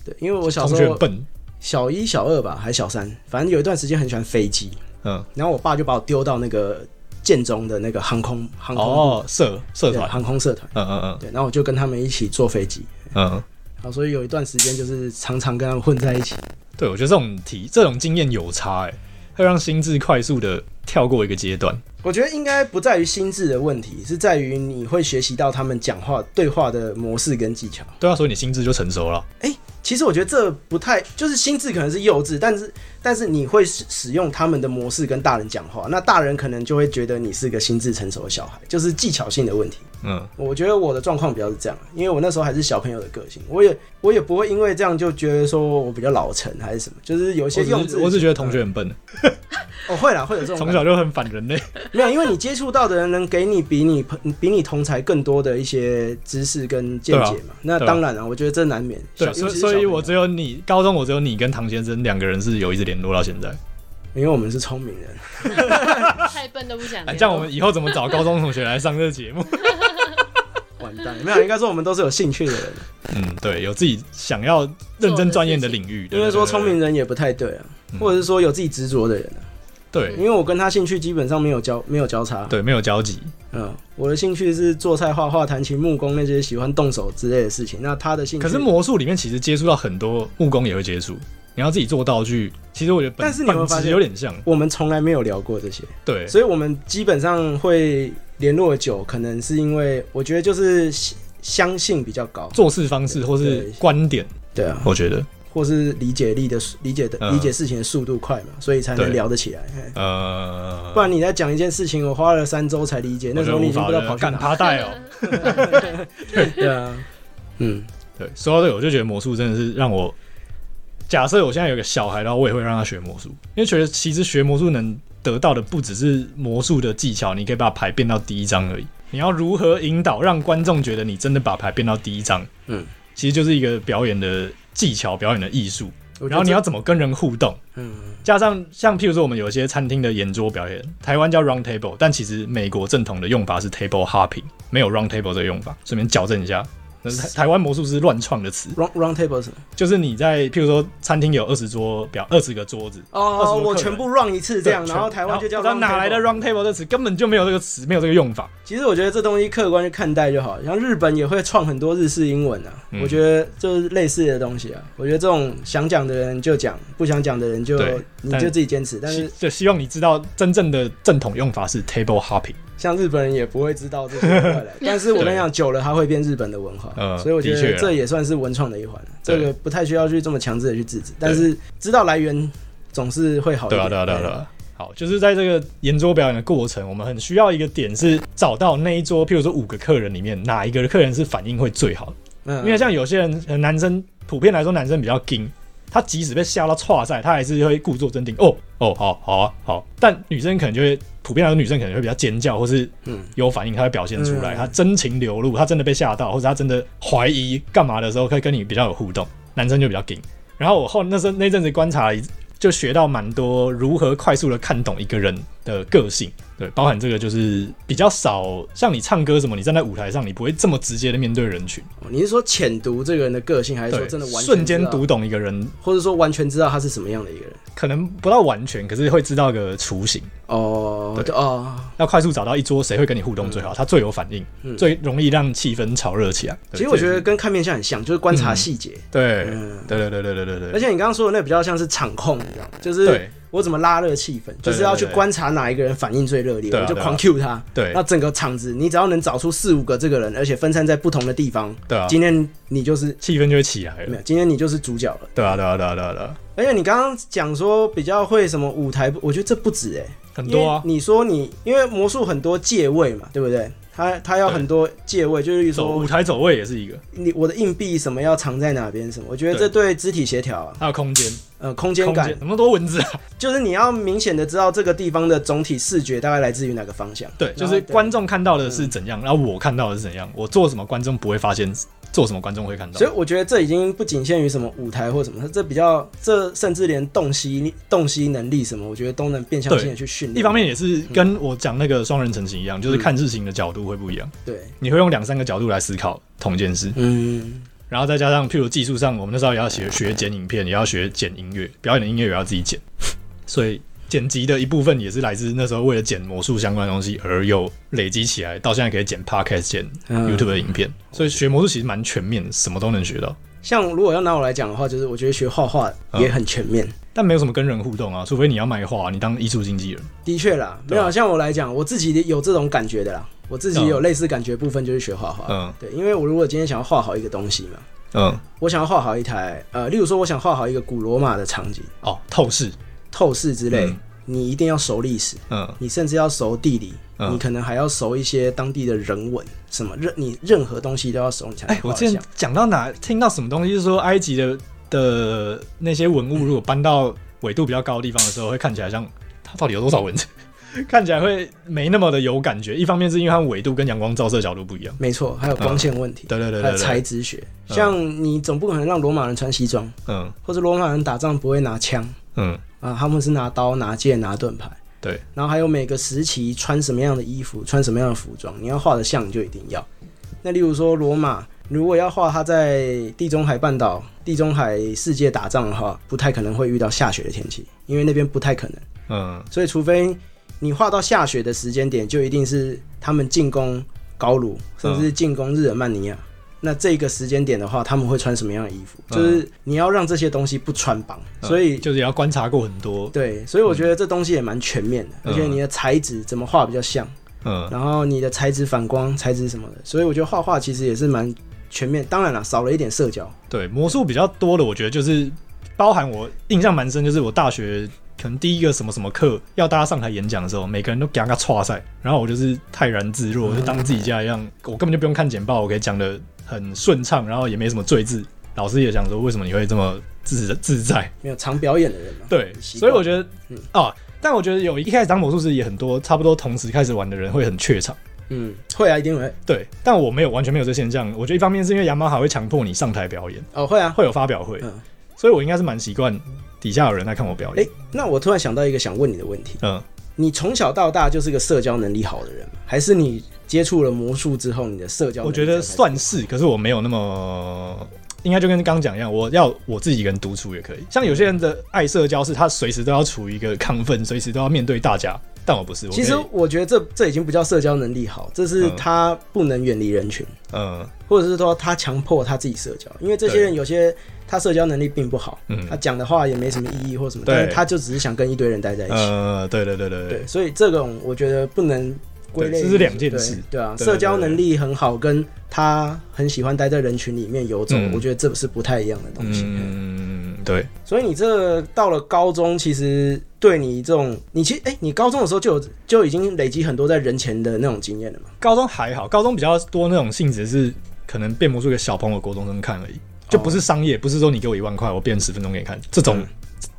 对，因为我小同时学很候笨，小一、小二吧，还小三，反正有一段时间很喜欢飞机，嗯。然后我爸就把我丢到那个建中的那个航空航空哦，社社对团，航空社团，嗯嗯对，然后我就跟他们一起坐飞机，嗯嗯，然后所以有一段时间就是常常跟他们混在一起。对，我觉得这种题这种经验有差哎、会让心智快速的跳过一个阶段。我觉得应该不在于心智的问题，是在于你会学习到他们讲话对话的模式跟技巧。对啊，所以你心智就成熟了。其实我觉得这不太，就是心智可能是幼稚，但是但是你会使使用他们的模式跟大人讲话，那大人可能就会觉得你是个心智成熟的小孩，就是技巧性的问题。嗯，我觉得我的状况比较是这样，因为我那时候还是小朋友的个性，我也我也不会因为这样就觉得说我比较老成还是什么，就是有一些我用只是字，我只是觉得嗯同学很笨，哦会啦，会有这种感从觉小就很反人类。没有，因为你接触到的人能给你比你比你同才更多的一些知识跟见解嘛。那对啊当然了、我觉得这难免。对小啊，所尤以其是小所朋以友我只有你高中，我只有你跟唐先生两个人是有一直联络到现在。因为我们是聪明人。太笨都不想哎，聊。这样我们以后怎么找高中同学来上这个节目？ 完蛋，没有，应该说我们都是有兴趣的人。嗯，对，有自己想要认真钻研的领 域。对嗯因为说聪，对明人也不太对啊，或者是说有自己执着的人啊。对对因为我跟他兴趣基本上没有交没有交叉。对，没有交集。嗯，我的兴趣是做菜、画画、弹琴、木工那些喜欢动手之类的事情。那他的兴趣，可是魔术里面其实接触到很多木工也会接触，你要自己做道具。其实我觉得本但是你有没有发本现质有点像，我们从来没有聊过这些，对，所以我们基本上会联络久，可能是因为我觉得就是相相信比较高，做事方式或是对观点，对啊，我觉得或是理解力的理解的嗯理解事情的速度快嘛，所以才对能聊得起来。嘿呃，哎不然你在讲一件事情，我花了三周才理解，那时候你已经不知道跑去干哪。趴带 哦。对啊，嗯，对，说到这个，我就觉得魔术真的是让我，假设我现在有个小孩，然后我也会让他学魔术，因为觉得其实学魔术能得到的不只是魔术的技巧，你可以把牌变到第一张而已。你要如何引导让观众觉得你真的把牌变到第一张？嗯，其实就是一个表演的技巧，表演的艺术。我觉得然后你这要怎么跟人互动？嗯，加上像譬如说我们有些餐厅的圆桌表演，台湾叫 round table，但其实美国正统的用法是 table hopping，没有 round table 这个用法。顺便矫正一下，那是台台湾魔术师乱创的词， round round table 是什么就是你在譬如说餐厅有二十桌表二十个桌子。哦， 20个我客人全部 run 一次这样，对然后台湾就不叫知道 round 哪来的 table round table 这词根本就没有这个词，没有这个用法。其实我觉得这东西客观去看待就好，像日本也会创很多日式英文啊，嗯我觉得就是类似的东西啊。我觉得这种想讲的人就讲，不想讲的人就对你但就自己坚持。但希是就希望你知道真正的正统用法是 table hopping。像日本人也不会知道这些 外来，但是我跟你讲，久了它会变日本的文化呃，所以我觉的确得啊这也算是文创的一环，啊对这个不太需要去这么强制的去制止，但是知道来源总是会好一对啊，点。对啊，对啊，对啊。好，就是在这个圆桌表演的过程，我们很需要一个点是找到那一桌，譬如说五个客人里面哪一个客人是反应会最好的。嗯，因为像有些人，呃男生普遍来说男生比较硬，他即使被吓到岔赛，他还是会故作镇定。哦哦，好好啊好。但女生可能就会普遍来说，女生可能会比较尖叫，或是嗯有反应，她会表现出来，嗯她真情流露，她真的被吓到，或者她真的怀疑干嘛的时候，可以跟你比较有互动。男生就比较硬。然后我后那时候那阵子观察了一就学到蛮多如何快速的看懂一个人的个性，对，包含这个就是比较少，像你唱歌什么，你站在舞台上，你不会这么直接的面对人群，哦你是说浅读这个人的个性，还是说对，真的完全瞬间知道读，懂一个人，或者说完全知道他是什么样的一个人？可能不到完全，可是会知道个雏形。哦，对哦，要快速找到一桌谁会跟你互动最好，他最有反应，嗯最容易让气氛炒热起来。对其实我觉这得也是跟看面相很像，就是观察嗯细节。对，嗯对对对对对对对，而且你刚刚说的那比较像是场控，你知道吗？就是对我怎么拉热气氛，对就是要去对对观察哪一个人反应最热烈，对啊我就对啊狂 Q 他。对那整个场子，你只要能找出四五个这个人，而且分散在不同的地方，对啊，今天你就是气氛就会起来没了。有，今天你就是主角了。对啊对啊对啊对啊对啊，而且你刚刚讲说比较会什么舞台，我觉得这不止哎、很因为多啊，你说你因为魔术很多借位嘛，对不对？他他要对很多借位，就是走说舞台走位也是一个，你我的硬币什么要藏在哪边什么，我觉得这对肢体协调啊，还有空间，呃，空间空感间怎么多文字啊？就是你要明显的知道这个地方的总体视觉大概来自于哪个方向。对，就然后是观。众看到的是怎样，然后我看到的是怎样，我做什么观众不会发现，做什么观众会看到所。以我觉得这已经不仅限于什么舞台或什么，它这比较这甚至连洞悉洞悉能力什么，我觉得都能变相性的去训练。一方面也是跟我讲那个双人成型一样，就是看事情的角度会不一样，对，你会用两三个角度来思考同一件事，嗯，然后再加上譬如技术上，我们那时候也要学学剪影片，也要学剪音乐，表演的音乐也要自己剪， 所以剪辑的一部分也是来自那时候为了剪魔术相关的东西而又累积起来，到现在可以剪 podcast、剪嗯 YouTube 的影片，所以学魔术其实蛮全面，什么都能学到。像如果要拿我来讲的话，就是我觉得学画画也啊很全面。但没有什么跟人互动啊，除非你要卖画、你当艺术经纪人。的确啦，没对啊有像我来讲，我自己有这种感觉的啦。我自己嗯有类似感觉部分就是学画画，嗯对，因为我如果今天想要画好一个东西嘛，嗯，我想要画好一台，呃，例如说我想画好一个古罗马的场景、哦，透视，透视之类，嗯你一定要熟历史，嗯你甚至要熟地理，嗯你可能还要熟一些当地的人文，什么任你任何东西都要熟，你才能哎，画我得之像。前讲到哪听到什么东西，就是说埃及的的那些文物，如果搬到纬度比较高的地方的时候，会看起来像它到底有多少蚊子， 看起来会没那么的有感觉。一方面是因为它纬度跟阳光照射角度不一样，没错，还有光线问题，对嗯对对还对有材对，质学，嗯像你总不可能让罗马人穿西装，嗯或者罗马人打仗不会拿枪，嗯啊，他们是拿刀、拿剑、拿盾牌，对，然后还有每个时期穿什么样的衣服、穿什么样的服装，你要画的像你就一定要。那例如说罗马，如果要画他在地中海半岛、地中海世界打仗的话，不太可能会遇到下雪的天气，因为那边不太可能。嗯，所以除非你画到下雪的时间点，就一定是他们进攻高卢，甚嗯至是进攻日耳曼尼亚。那这个时间点的话，他们会穿什么样的衣服？嗯就是你要让这些东西不穿帮，嗯所以就是也要观察过很多，对，所以我觉得这东西也蛮全面的，嗯而且你的材质怎么画比较像，嗯，然后你的材质反光、材质什么的，所以我觉得画画其实也是蛮全面。当然了，少了一点社交，对，魔术比较多的，我觉得就是包含我印象蛮深，就是我大学可能第一个什么什么课要大家上台演讲的时候，每个人都嘎嘎歘赛，然后我就是泰然自若，我就当自己家一嗯样，我根本就不用看简报，我可以讲的很顺畅，然后也没什么赘字。老师也想说，为什么你会这么自自在？没有常表演的人嘛。对，习所以惯我觉得嗯啊，但我觉得有一开始当魔术师也很多，差不多同时开始玩的人会很怯场。嗯，会啊，一定会。对，但我没有完全没有这现象。我觉得一方面是因为雅马哈会强迫你上台表演，哦，会啊。会有发表会，嗯所以我应该是蛮习惯底下有人在看我表哎、演。那我突然想到一个想问你的问题。嗯，你从小到大就是个社交能力好的人吗？还是你接触了魔术之后，你的社交能我力觉得算是，可是我没有那么。应该就跟刚讲一样，我要我自己一个人独处也可以。像有些人的爱社交，是他随时都要处于一个亢奋，随时都要面对大家。但我不是，我其实可以我觉得这这已经不叫社交能力好，这是嗯他不能远离人群，嗯或者是说他强迫他自己社交，因为这些对人有些他社交能力并不好，嗯他讲的话也没什么意义或什么，对但是他就只是想跟一堆人待在一起。呃，对对对对哎对，所以这种我觉得不能归类，对这是两件事对对啊，对对社交能力很好，跟他很喜欢待在人群里面游走，嗯我觉得这是不太一样的东西。嗯，对，所以你这到了高中，其实对你这种，你其实哎、你高中的时候就有就已经累积很多在人前的那种经验了嘛？高中还好，高中比较多那种性质是可能变魔术给小朋友、国中生看而已，就不是商业，不是说你给我一万块，我变十分钟给你看这种哦嗯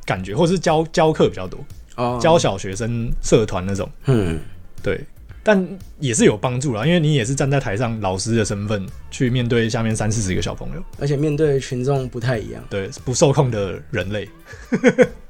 感觉，或者是教教课比较多，哦教小学生社团那种，嗯，对，但也是有帮助啦，因为你也是站在台上老师的身份去面对下面三四十个小朋友，而且面对群众不太一样，对，不受控的人类，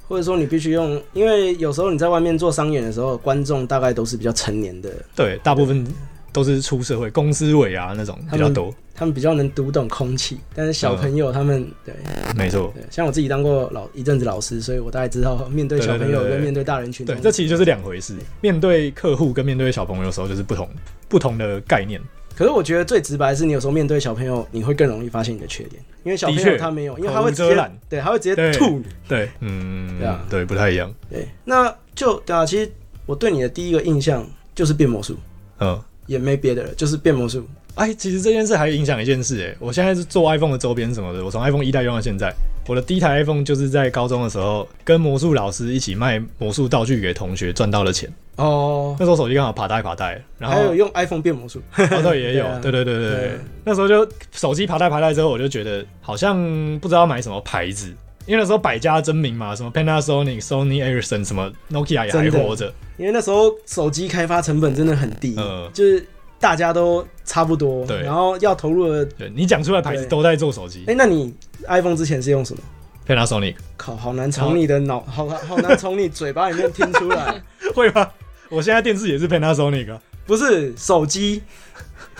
或者说你必须用，因为有时候你在外面做商演的时候，观众大概都是比较成年的，对，大部分都是出社会公司委啊那种比较多，他们比较能读懂空气，但是小朋友他们、对没错，对，像我自己当过老一阵子老师，所以我大概知道面对小朋对对友对对对跟面对大人群对，众这其实就是两回事。面对客户跟面对小朋友的时候，就是不同不同的概念。可是我觉得最直白的是，你有时候面对小朋友，你会更容易发现你的缺点，因为小朋的友确他没有，因为口他会无直遮接拦对，他会直接对吐你。对，嗯，对啊对，不太一样。对，那就对啊，其实我对你的第一个印象就是变魔术，嗯，也没别的了，就是变魔术。哎，其实这件事还影响一件事、哎，我现在是做 iPhone 的周边什么的，我从 iPhone 一代用到现在。我的第一台 iPhone 就是在高中的时候，跟魔术老师一起卖魔术道具给同学赚到了钱。哦，那时候手机刚好爬带爬带，然后还有用 iPhone 变魔术，哦，对，也有 对啊，对对对对对对。那时候就手机爬带爬带之后，我就觉得好像不知道买什么牌子，因为那时候百家争鸣嘛，什么 Panasonic、Sony、Ericsson，什么 Nokia 也还真的活着。因为那时候手机开发成本真的很低，嗯就是大家都差不多，对然后要投入的。对你讲出来牌子对都在做手机哎、那你 iPhone 之前是用什么？ ，Panasonic 靠，好难从你的脑，好好难从你嘴巴里面听出 来。会吗？我现在电视也是 Panasonic，、啊、不是手机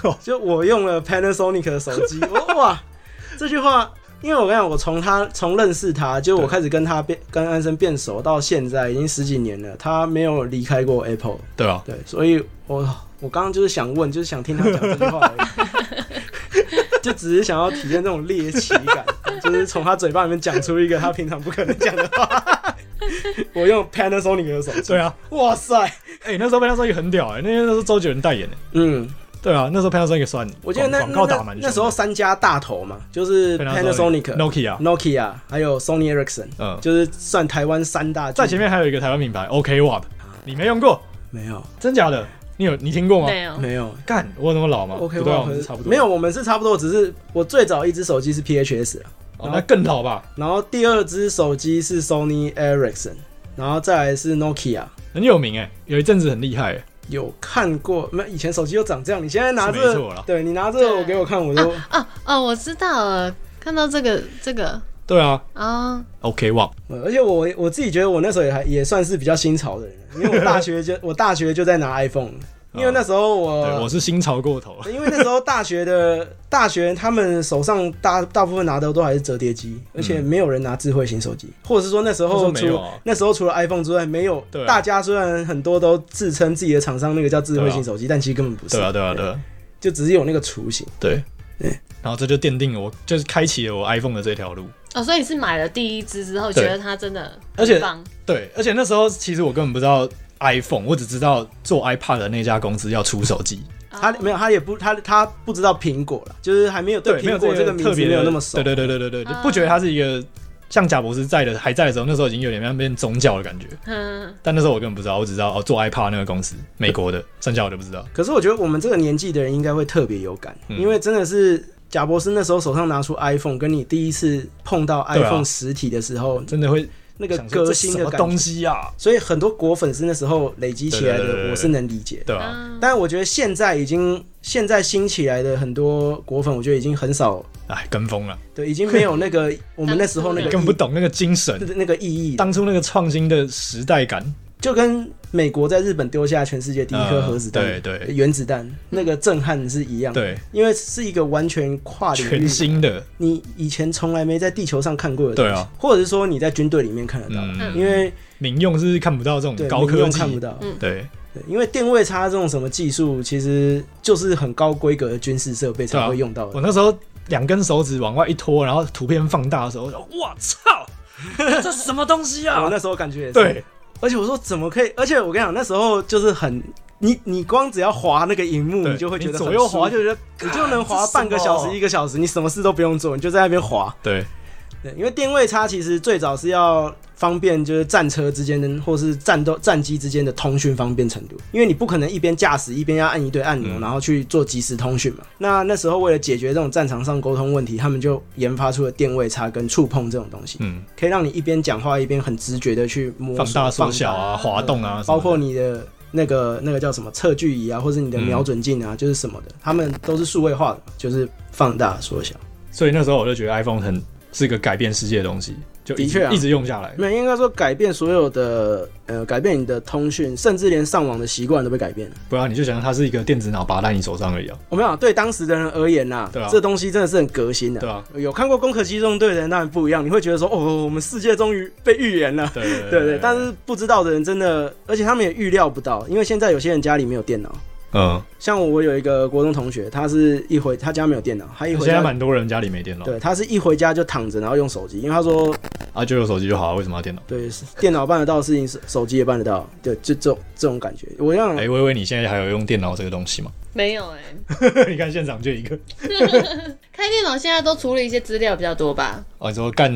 哦，就我用了 Panasonic 的手 机，我哇，这句话，因为我跟你讲，我从他从认识他，就我对开始跟他变跟安生变熟到现在已经十几年了，他没有离开过 Apple，对吧？对，所以我我刚刚就是想问，就是想听他讲这句话而已， 就只是想要体验这种猎奇感，就是从他嘴巴里面讲出一个他平常不可能讲的话。 我用 Panasonic 的手机，对啊，哇塞，哎、那时候 Panasonic 很屌哎、那那时候周杰伦代言哎、嗯，对啊，那时候 Panasonic 算，我记得那广广告打那蛮凶的那时候三家大头嘛，就是、 Nokia， Nokia 还有 Sony Ericsson，嗯，就是算台湾三大巨。在前面还有一个台湾品牌 OK w a p 你没用过？没有真假的？你有你听过吗？没有，没有干，我有那么老吗，OK 不对啊，我我们们是差不多。没有，我们是差不多，只是我最早一只手机是 PHS 啊，哦，那更老吧？然后第二只手机是 Sony Ericsson，然后再来是 Nokia。很有名哎、有一阵子很厉害、欸。有看过没？以前手机就长这样，你现在拿是这没错啦个，对你拿这个 对我给我看，我就哦哦，我知道了，看到这个这个，对啊啊， ，OK 网呃而且我我自己觉得我那时候也还也算是比较新潮的人，因为我大学就 我大学就在拿 iPhone，了因为那时候哦对，我我。是新潮过头， 因为那时候大学的大学，他们手上大大部分拿的都还是折叠机，而且没有人拿智慧型手机，或者是说那时嗯那时候候没有除啊那时候除了 iPhone 之外，没有对啊大家虽然很多都自称自己的厂商那个叫智慧型手机，但其实根本不是啊对，啊，对啊，对啊，就只是有哎那个雏形。对对。然后这就奠定了我，就是开启了我 iPhone 的这条路。哦，所以你是买了第一支之后，觉对得它真的而且很棒，对，而且那时候其实我根本不知道 iPhone，我只知道做 iPad 的那家公司要出手机，哦他没有，他也不他他不知道苹果了，就是还没有对没有苹果这个个名特字别没的有那么熟。对对对对对对，就啊不觉得它是一个像贾博士在的还在的时候，那时候已经有点像变宗教的感觉。嗯，但那时候我根本不知道，我只知道哦，做 iPad 那个公司，美国的，剩下我就不知道。可是我觉得我们这个年纪的人应该会特别有感，嗯因为真的是贾博士那时候手上拿出 iPhone，跟你第一次碰到对啊 iPhone 实体的时候，真的会那个想说革这新什的么感东觉。西啊，所以很多果粉丝那时候累积起对对来对对的，对我是能理解。对吧、啊但我觉得现在已经现在兴起来的很多果粉，我觉得已经很少，哎，跟风了，对，已经没有 那个我们那时候那你个根本不懂那个精神，意那个意义了，当初那个创新的时代感。就跟美国在日本丢下全世界第一颗核子弹、呃对对原子弹那个震撼是一样的，对，因为是一个完全跨领域全，新的，你以前从来没在地球上看过的东西，对啊或者是说你在军队里面看得到，嗯，因为民用是看不到这啊对种高科民众技，看不到，嗯对对，因为电位差这种什么技术，其实就是很高规格的军事设备对才啊会用到的。我那时候两根手指往外一拖，然后图片放大的时候，哦我操，这什么东西我啊？那时候感觉也是对，而且我说怎么可以？而且我跟你讲，那时候就是很。你你光只要滑那个荧幕，对你就会觉得你很左右滑舒服就觉得你就能滑干这半个小什么时、一个小时，你什么事都不用做，你就在那边滑。对对，因为电位差其实最早是要方便，就是战车之间的或是战斗战机之间的通讯方便程度，因为你不可能一边驾驶一边要按一堆按钮，嗯然后去做即时通讯嘛。那那时候为了解决这种战场上沟通问题，他们就研发出了电位差跟触碰这种东西，嗯，可以让你一边讲话一边很直觉的去摸索放大缩小放啊，放大滑动啊，大包括什么你的。那个那个叫什么测距仪啊，或者你的嗯瞄准镜啊，就是什么的，他们都是数位化的，就是放大缩小。的所以那时候我就觉得 iPhone 很是一个改变世界的东西，就一直的确啊一直用下来，没有，应该说改变所有的呃，改变你的通讯，甚至连上网的习惯都被改变了。不然你就想它是一个电子脑拔在你手上而已啊，我们讲对当时的人而言呐、对啊这东西真的是很革新的、对啊，有看过《攻壳机动队》的人当然不一样，你会觉得说哦，我们世界终于被预言了。对对对对，但是不知道的人真的，而且他们也预料不到，因为现在有些人家里没有电脑。嗯，像我有一个国中同学，他是一回他家没有电脑，他一回现在家蛮多人家里没电脑对他是一回家就躺着，然后用手机，因为他说啊，就有手机就好了，为什么要电脑？对是电脑办得到的事情，手手机也办得到，对，就这种这种感觉。我让哎，微微，你现在还有用电脑这个东西吗？没有哎、 你看现场就一个，开电脑现在都处理一些资料比较多吧？哦，你说干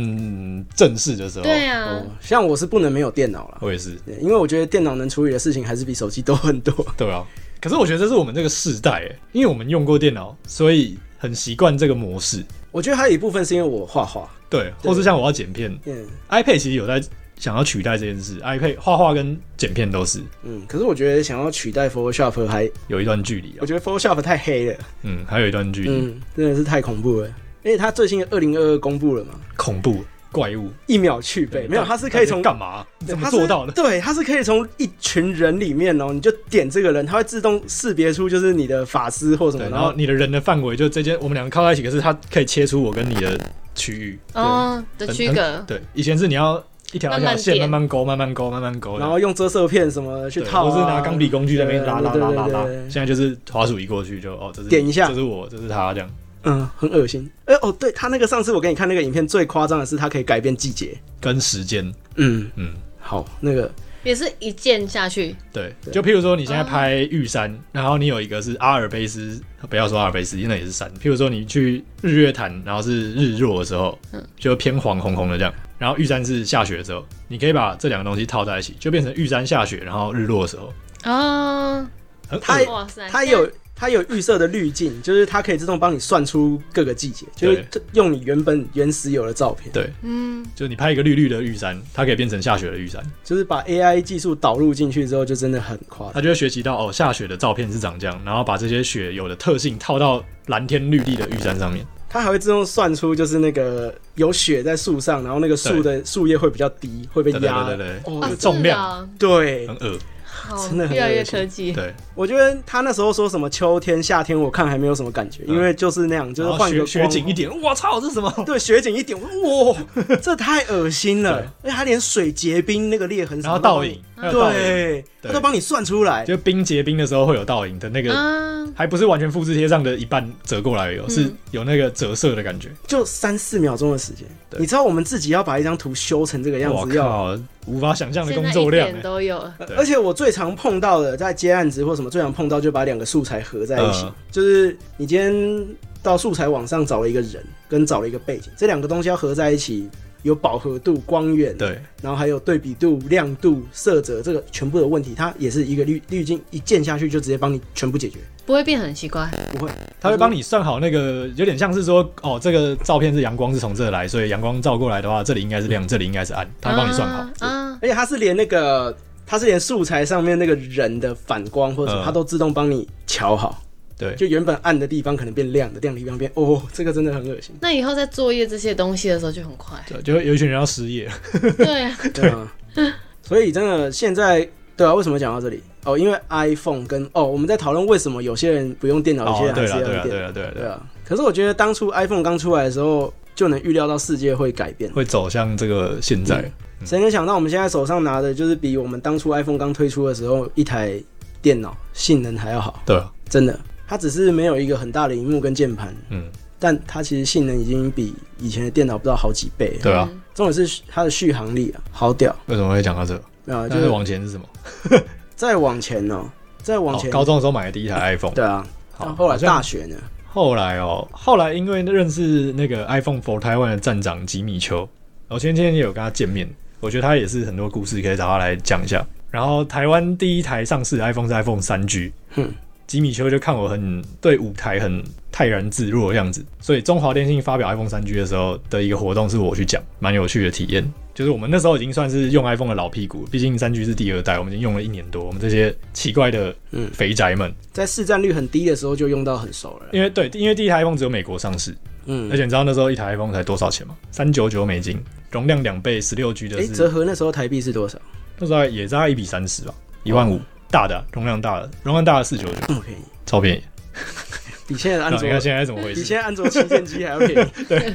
正事的时候，对啊哦，，像我是不能没有电脑了，我也是，对因为我觉得电脑能处理的事情还是比手机多很多。对啊。可是我觉得这是我们这个世代，哎，因为我们用过电脑，所以很习惯这个模式。我觉得还有一部分是因为我画画，对，对或是像我要剪片嗯，iPad 其实有在想要取代这件事，iPad 画画跟剪片都是嗯，可是我觉得想要取代 Photoshop 还，有一段距离我啊，觉得 Photoshop 太黑了，嗯，还有一段距离，嗯，真的是太恐怖了。因为它最新的二零二二公布了嘛，恐怖怪物，一秒去背，没到有，底它是可以从到底干嘛？你对怎么它是做到的？对，它是可以从一群人里面哦，你就点这个人，它会自动识别出就是你的法师或什对，么，然然后后你的人的范围就这间，我们两个靠在一起，可是它可以切出我跟你的区域哦的很区隔，对，以前是你要一条一慢条慢线点慢慢勾，慢慢勾，慢慢勾的，然后用遮色片什么去对套、啊，我是拿钢笔工具在那边拉拉对拉对拉对拉对对，对现在就是滑鼠移过去就哦，这是点一下这是我，这是他这样，嗯，很恶心。哎、哦，对他那个上次我给你看那个影片，最夸张的是它可以改变季节。跟时间，嗯，嗯，好，那个也是一键下去，对，对就譬如说你现在拍玉山，然后你有一个是阿尔卑斯，不要说阿尔卑斯，那也是山，譬如说你去日月潭，然后是日落的时候，嗯就偏黄红红的这样，然后玉山是下雪的时候，你可以把这两个东西套在一起，就变成玉山下雪，然后日落的时候，哦，很它恶哇塞，它有它有预设的滤镜，就是它可以自动帮你算出各个季节，就是用你原本原始有的照片，对，嗯，就是你拍一个绿绿的玉山，它可以变成下雪的玉山，就是把 AI 技术导入进去之后，就真的很夸张。他就会学习到哦，下雪的照片是长这样，然后把这些雪有的特性套到蓝天绿地的玉山上面。它还会自动算出就是那个有雪在树上，然后那个树的树叶会比较低，会被对对压。对对对，嗯哦哦，重量是对很，恶，啊好，真的很越来恶越心科技。对，我觉得他那时候说什么秋天、夏天，我看还没有什么感觉，嗯因为就是那样，就是然后换个雪雪光景一，点，我操，这是什 么？对，雪景一点，哇，这太恶心了！而且它连水结冰那个裂痕什然么后都帮倒你影，还有倒影，对，对他都帮你算出来。就冰结冰的时候会有倒影的那个，啊，还不是完全复制贴上的一半折过来而已哦，嗯是有那个折射的感觉。就三四秒钟的时间，对你知道我们自己要把一张图修成这个样我子要，呃靠，无法想象的现工在一作量点欸，都有了，对而且我最常碰到的，在接案子或什么最常碰到，就把两个素材合在一起，嗯就是你今天到素材网上找了一个人，跟找了一个背景，这两个东西要合在一起，有饱和度、光源，欸对，然后还有对比度、亮度、色泽，这个全部的问题，它也是一个滤滤镜一键下去就直接帮你全部解决，不会变很奇怪。不会，他会帮你算好那个，有点像是说，哦，这个照片是阳光是从这来，所以阳光照过来的话，这里应该是亮，这里应该是暗，他会帮你算好。啊啊，。而且它是连那个，它是连素材上面那个人的反光或者什么，嗯它都自动帮你调好。对就原本暗的地方可能变亮的，亮的地方变哦，这个真的很恶心那以后在作业这些东西的时候就很 。快对，就有一群人要失业，对啊，对啊， 所以真的现在对啊，为什么讲到这里？哦，因为 iPhone 跟哦，我们在讨论为什么有些人不用电脑，有些哦，人还对是了，要对了，用对电脑。了，对了，对对了，啊，可是我觉得当初 iPhone 刚出来的时候，就能预料到世界会改变。会走向这个现在。嗯谁能想到我们现在手上拿的，就是比我们当初 iPhone 刚推出的时候一台电脑性能还要好？对啊，真的，它只是没有一个很大的荧幕跟键盘，嗯，但它其实性能已经比以前的电脑不知道好几倍。对啊。嗯重点是它的续航力啊，好屌为什么会讲到这？啊！就但是是往前是什么？再往前哦，再往哦前，高中的时候买的第一台 iPhone，对啊，好，后来好像大学呢，后来哦，后来因为认识那个 iPhone for Taiwan 的站长吉米秋，我前几天也有跟他见面，我觉得他也是很多故事可以找他来讲一下。然后台湾第一台上市的 iPhone 是 iPhone 三 G，哼吉米秋就看我很对舞台很泰然自若的样子，所以中华电信发表 iPhone 三 G 的时候的一个活动是我去讲，蛮有趣的体验。就是我们那时候已经算是用 iPhone 的老屁股，毕竟三 G 是第二代，我们已经用了一年多，我们这些奇怪的嗯肥宅们，在市占率很低的时候就用到很熟了，因为对，因为第一台 iPhone 只有美国上市，嗯而，且你知道那时候一台 iPhone 才多少钱吗？三九九美金，容量两倍，十六 G 的哎，是，折合那时候台币是多少？那时候也大概一比三十吧，一万哦五，大的啊容量大的，容量大的四九九，这么便宜，超便宜。比现在的那安卓你看现在怎么回比事？现在安卓旗舰机还要便宜。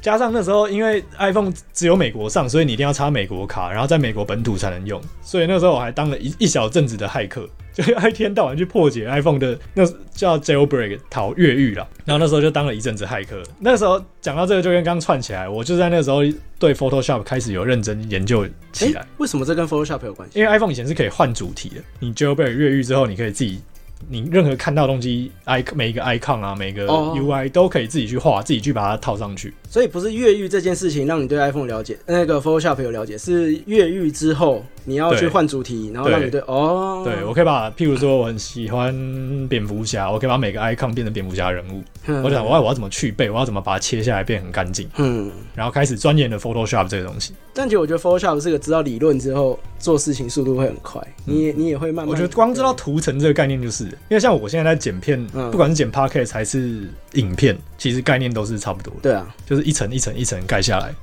加上那时候因为 iPhone 只有美国上，所以你一定要插美国卡，然后在美国本土才能用。所以那时候我还当了一一小阵子的骇客， 就一天到晚去破解 iPhone 的那叫 jailbreak 逃越狱啦。然后那时候就当了一阵子骇客。那时候讲到这个就跟刚串起来，我就在那时候对 Photoshop 开始有认真研究起来哎。，为什么这跟 Photoshop 有关系？因为 iPhone 以前是可以换主题的，你 jailbreak 越狱之后，你可以自己，你任何看到的东西 i 每一个 icon 啊，每个哦 UI 都可以自己去画，自己去把它套上去。所以不是越狱这件事情让你对 iPhone 了解，呃那个 Photoshop 有了解，是越狱之后你要去对换主题，然后让你对哦，对我可以把，譬如说我很喜欢蝙蝠侠，我可以把每个 icon 变成蝙蝠侠人物。嗯我想，我要我要怎么去背，我要怎么把它切下来变很干净，嗯，但然后开始钻研了 Photoshop 这个东西。但其实我觉得 Photoshop 是个知道理论之后做事情速度会很快，你也你也会慢慢，嗯我觉得光知道图层这个概念，就是因为像我现在在剪片，嗯不管是剪 podcast 还是影片，其实概念都是差不多的，对啊，就是一层一层一层盖下来。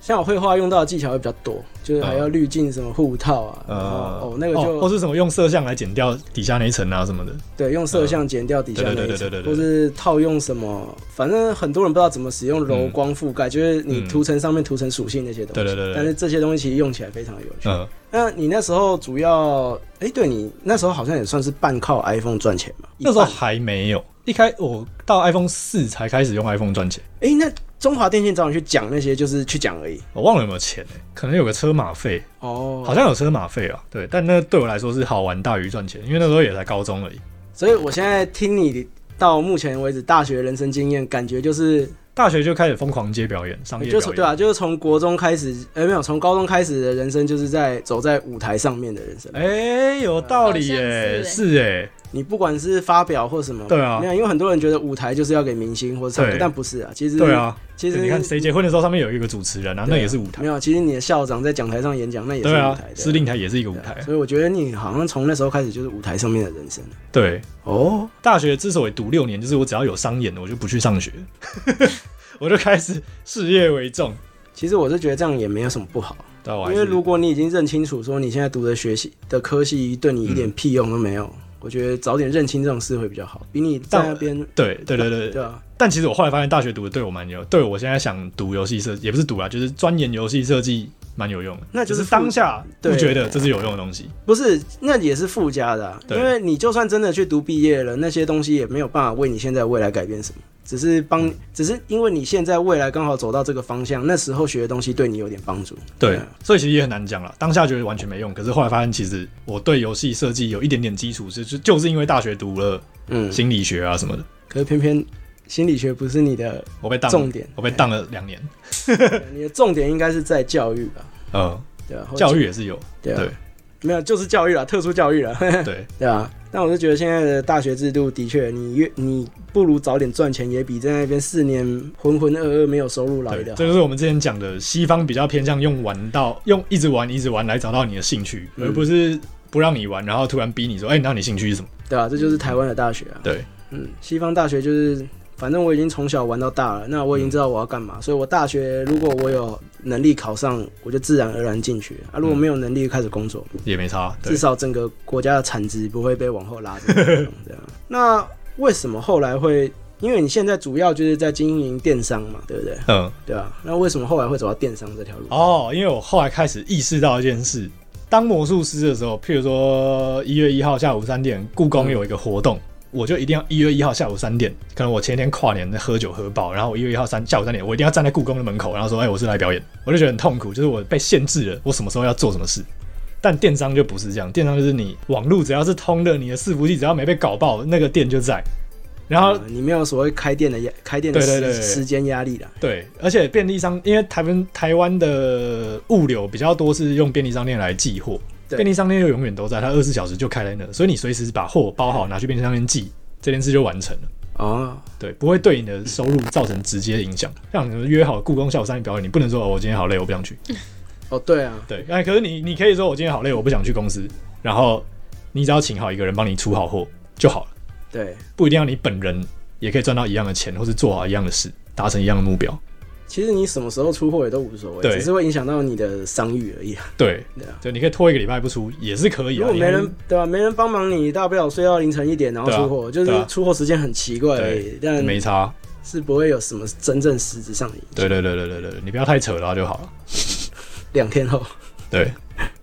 像我绘画用到的技巧会比较多，就是还要嗯滤镜什么护套啊，然呃，后哦那个哦或就是什么用摄像来剪掉底下那一层啊什么的，对用摄像剪掉底下对那对一对层对对，对或是套用什么，反正很多人不知道怎么使用柔光覆盖，就是你嗯图层上面图层属性那些东西，对对对对但是这些东西其实用起来非常有趣。嗯，那你那时候主要，哎、对你那时候好像也算是半靠 iPhone 赚钱嘛？那时候一半，还没有，一开我到 iPhone 四才开始用 iPhone 赚钱，哎、那中华电信找你去讲那些，就是去讲而已。我忘了有没有钱、欸、可能有个车马费，哦好，像有车马费啊，对，但那对我来说是好玩大于赚钱，因为那时候也才高中而已，所以我现在听你到目前为止大学人生经验，感觉就是，大学就开始疯狂接表演，商业就表是演，对啊，就是从国中开始，哎、没有，从高中开始的人生，就是在走在舞台上面的人生。哎、有道理耶、好像是欸是哎、你不管是发表或什么，对啊没有，因为很多人觉得舞台就是要给明星或者唱歌对，但不是啊，其实对，啊，其实你看谁结婚的时候，上面有一个主持人啊，对啊那也是舞台没。有，其实你的校长在讲台上演讲，那也是舞对啊台，司的。啊令台也是一个舞台。所以我觉得你好像从那时候开始就是舞台上面的人生了啊对，哦，大学之所以读六年，就是我只要有商演的，我就不去上学， 我就开始事业为重。其实我是觉得这样也没有什么不好，对啊，我还因是为如果你已经认清楚说你现在读的学习的科系对你一点屁用都没有，我觉得早点认清这种事会比较好，比你在但那边对对对对对啊，但其实我后来发现，大学读的对我蛮有，对我现在想读游戏设也不是读啊，就是钻研游戏设计蛮有用的。那就是只当下对不觉得这是有用的东西。不是那也是附加的、啊，对因为你就算真的去读毕业了，那些东西也没有办法为你现在未来改变什么。只是嗯帮，只是因为你现在未来刚好走到这个方向，那时候学的东西对你有点帮助。对嗯，所以其实也很难讲了。当下觉得完全没用，可是后来发现，其实我对游戏设计有一点点基础，是就就是因为大学读了嗯，心理学啊什么的，可是偏偏心理学不是你的我被当重点，我被当了两年，对你的重点应该是在教育吧？呃，对啊，或者教育也 是有，对啊，对没有就是教育了，特殊 教育了，对对啊。但我是觉得现在的大学制度的确，你越你不如早点赚钱，也比在那边四年浑浑噩噩没有收入来对，的这好。就是我们之前讲的，西方比较偏向用玩到用一直玩一直玩来找到你的兴趣，嗯而不是不让你玩，然后突然逼你说，哎、那你兴趣是什么？对啊，这就是台湾的大学啊。嗯对，嗯，西方大学就是，反正我已经从小玩到大了，那我已经知道我要干嘛，嗯所以我大学如果我有能力考上，我就自然而然进去啊。如果没有能力，开始工作，也没差，嗯对至，少整个国家的产值不会被往后拉 着这样。那为什么后来会？因为你现在主要就是在经营电商嘛，对不对？嗯。对啊。那为什么后来会走到电商这条路？哦，因为我后来开始意识到一件事，当魔术师的时候，譬如说一月一号下午三点，故宫有一个活动，我就一定要一月一号下午三点，可能我前一天跨年喝酒喝爆，然后我一月一号三下午三点，我一定要站在故宫的门口，然后说，哎、我是来表演，我就觉得很痛苦，就是我被限制了，我什么时候要做什么事。但电商就不是这样，电商就是你网路只要是通的，你的伺服器只要没被搞爆，那个店就在。然后啊你没有所谓开店的压，开店的时对对对对时间压力啦。对，而且便利商，因为台湾台湾的物流比较多是用便利商店来寄货，对便利商店又永远都在，它二十四小时就开在那，所以你随时把货包好拿去便利商店寄，这件事就完成了。哦，对，不会对你的收入造成直接影响。像你们约好故宫下午三点表演，你不能说、哦、我今天好累，我不想去。哦，对啊，对，哎，可是你你可以说我今天好累，我不想去公司，然后你只要请好一个人帮你出好货就好了，对。不一定要你本人也可以赚到一样的钱，或是做好一样的事，达成一样的目标。其实你什么时候出货也都无所谓，对只是会影响到你的商誉而已 啊。对，对啊，就你可以拖一个礼拜不出也是可以啊。如果你没还是人对吧、没人帮忙你，大不了睡到凌晨一点然后对啊出货，就对是啊出货时间很奇怪而已，但没差，是不会有什么真正实质上的影响。对对对对对对，你不要太扯了就好了。两天后， 对，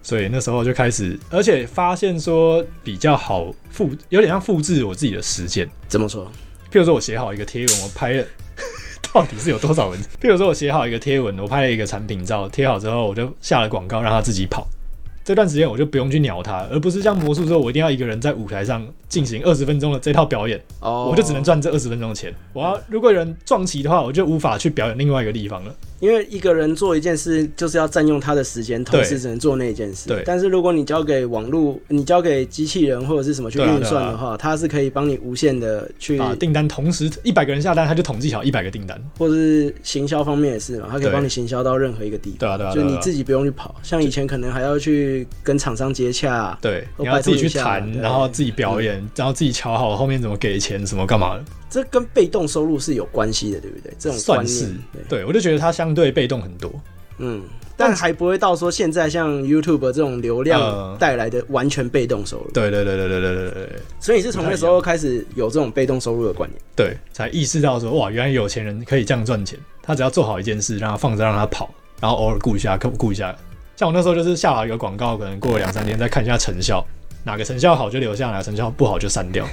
所以那时候就开始，而且发现说比较好复，有点像复制我自己的实践。怎么说？譬如说我写好一个贴文，我拍了。 到底是有多少文字？譬如说，我写好一个贴文，我拍了一个产品照，贴好之后，我就下了广告，让它自己跑。这段时间我就不用去鸟它，而不是像魔术说，我一定要一个人在舞台上进行二十分钟的这套表演，哦我就只能，赚这二十分钟的钱。我要如果有人撞期的话，我就无法去表演另外一个地方了。因为一个人做一件事就是要占用他的时间，同时对只能做那一件事。对但是如果你交给网络，你交给机器人或者是什么去对啊运算对啊的话，它是可以帮你无限的去，把订单同时一百个人下单，他就统计好一百个订单。或者是行销方面也是嘛，它可以对帮你行销到任何一个地方。对啊，对啊，就对啊你自己不用去跑，像以前可能还要去跟厂商接洽，对，都你要自己去拜托谈一，下嗯然后自己表演，然后自己瞧好后面怎么给钱，什么干嘛的。这跟被动收入是有关系的，对不对？这种算观念是，对，对我就觉得它相对被动很多。嗯，但还不会到说现在像 YouTube 这种流量呃带来的完全被动收入，对对对对对对对对对所以你是从那时候开始有这种被动收入的观念。对，才意识到说哇，原来有钱人可以这样赚钱。他只要做好一件事，让他放着让他跑，然后偶尔顾一下，顾顾一下。像我那时候就是下好一个广告，可能过了两三天再看一下成效，哪个成效好就留下，哪个成效不好就删掉。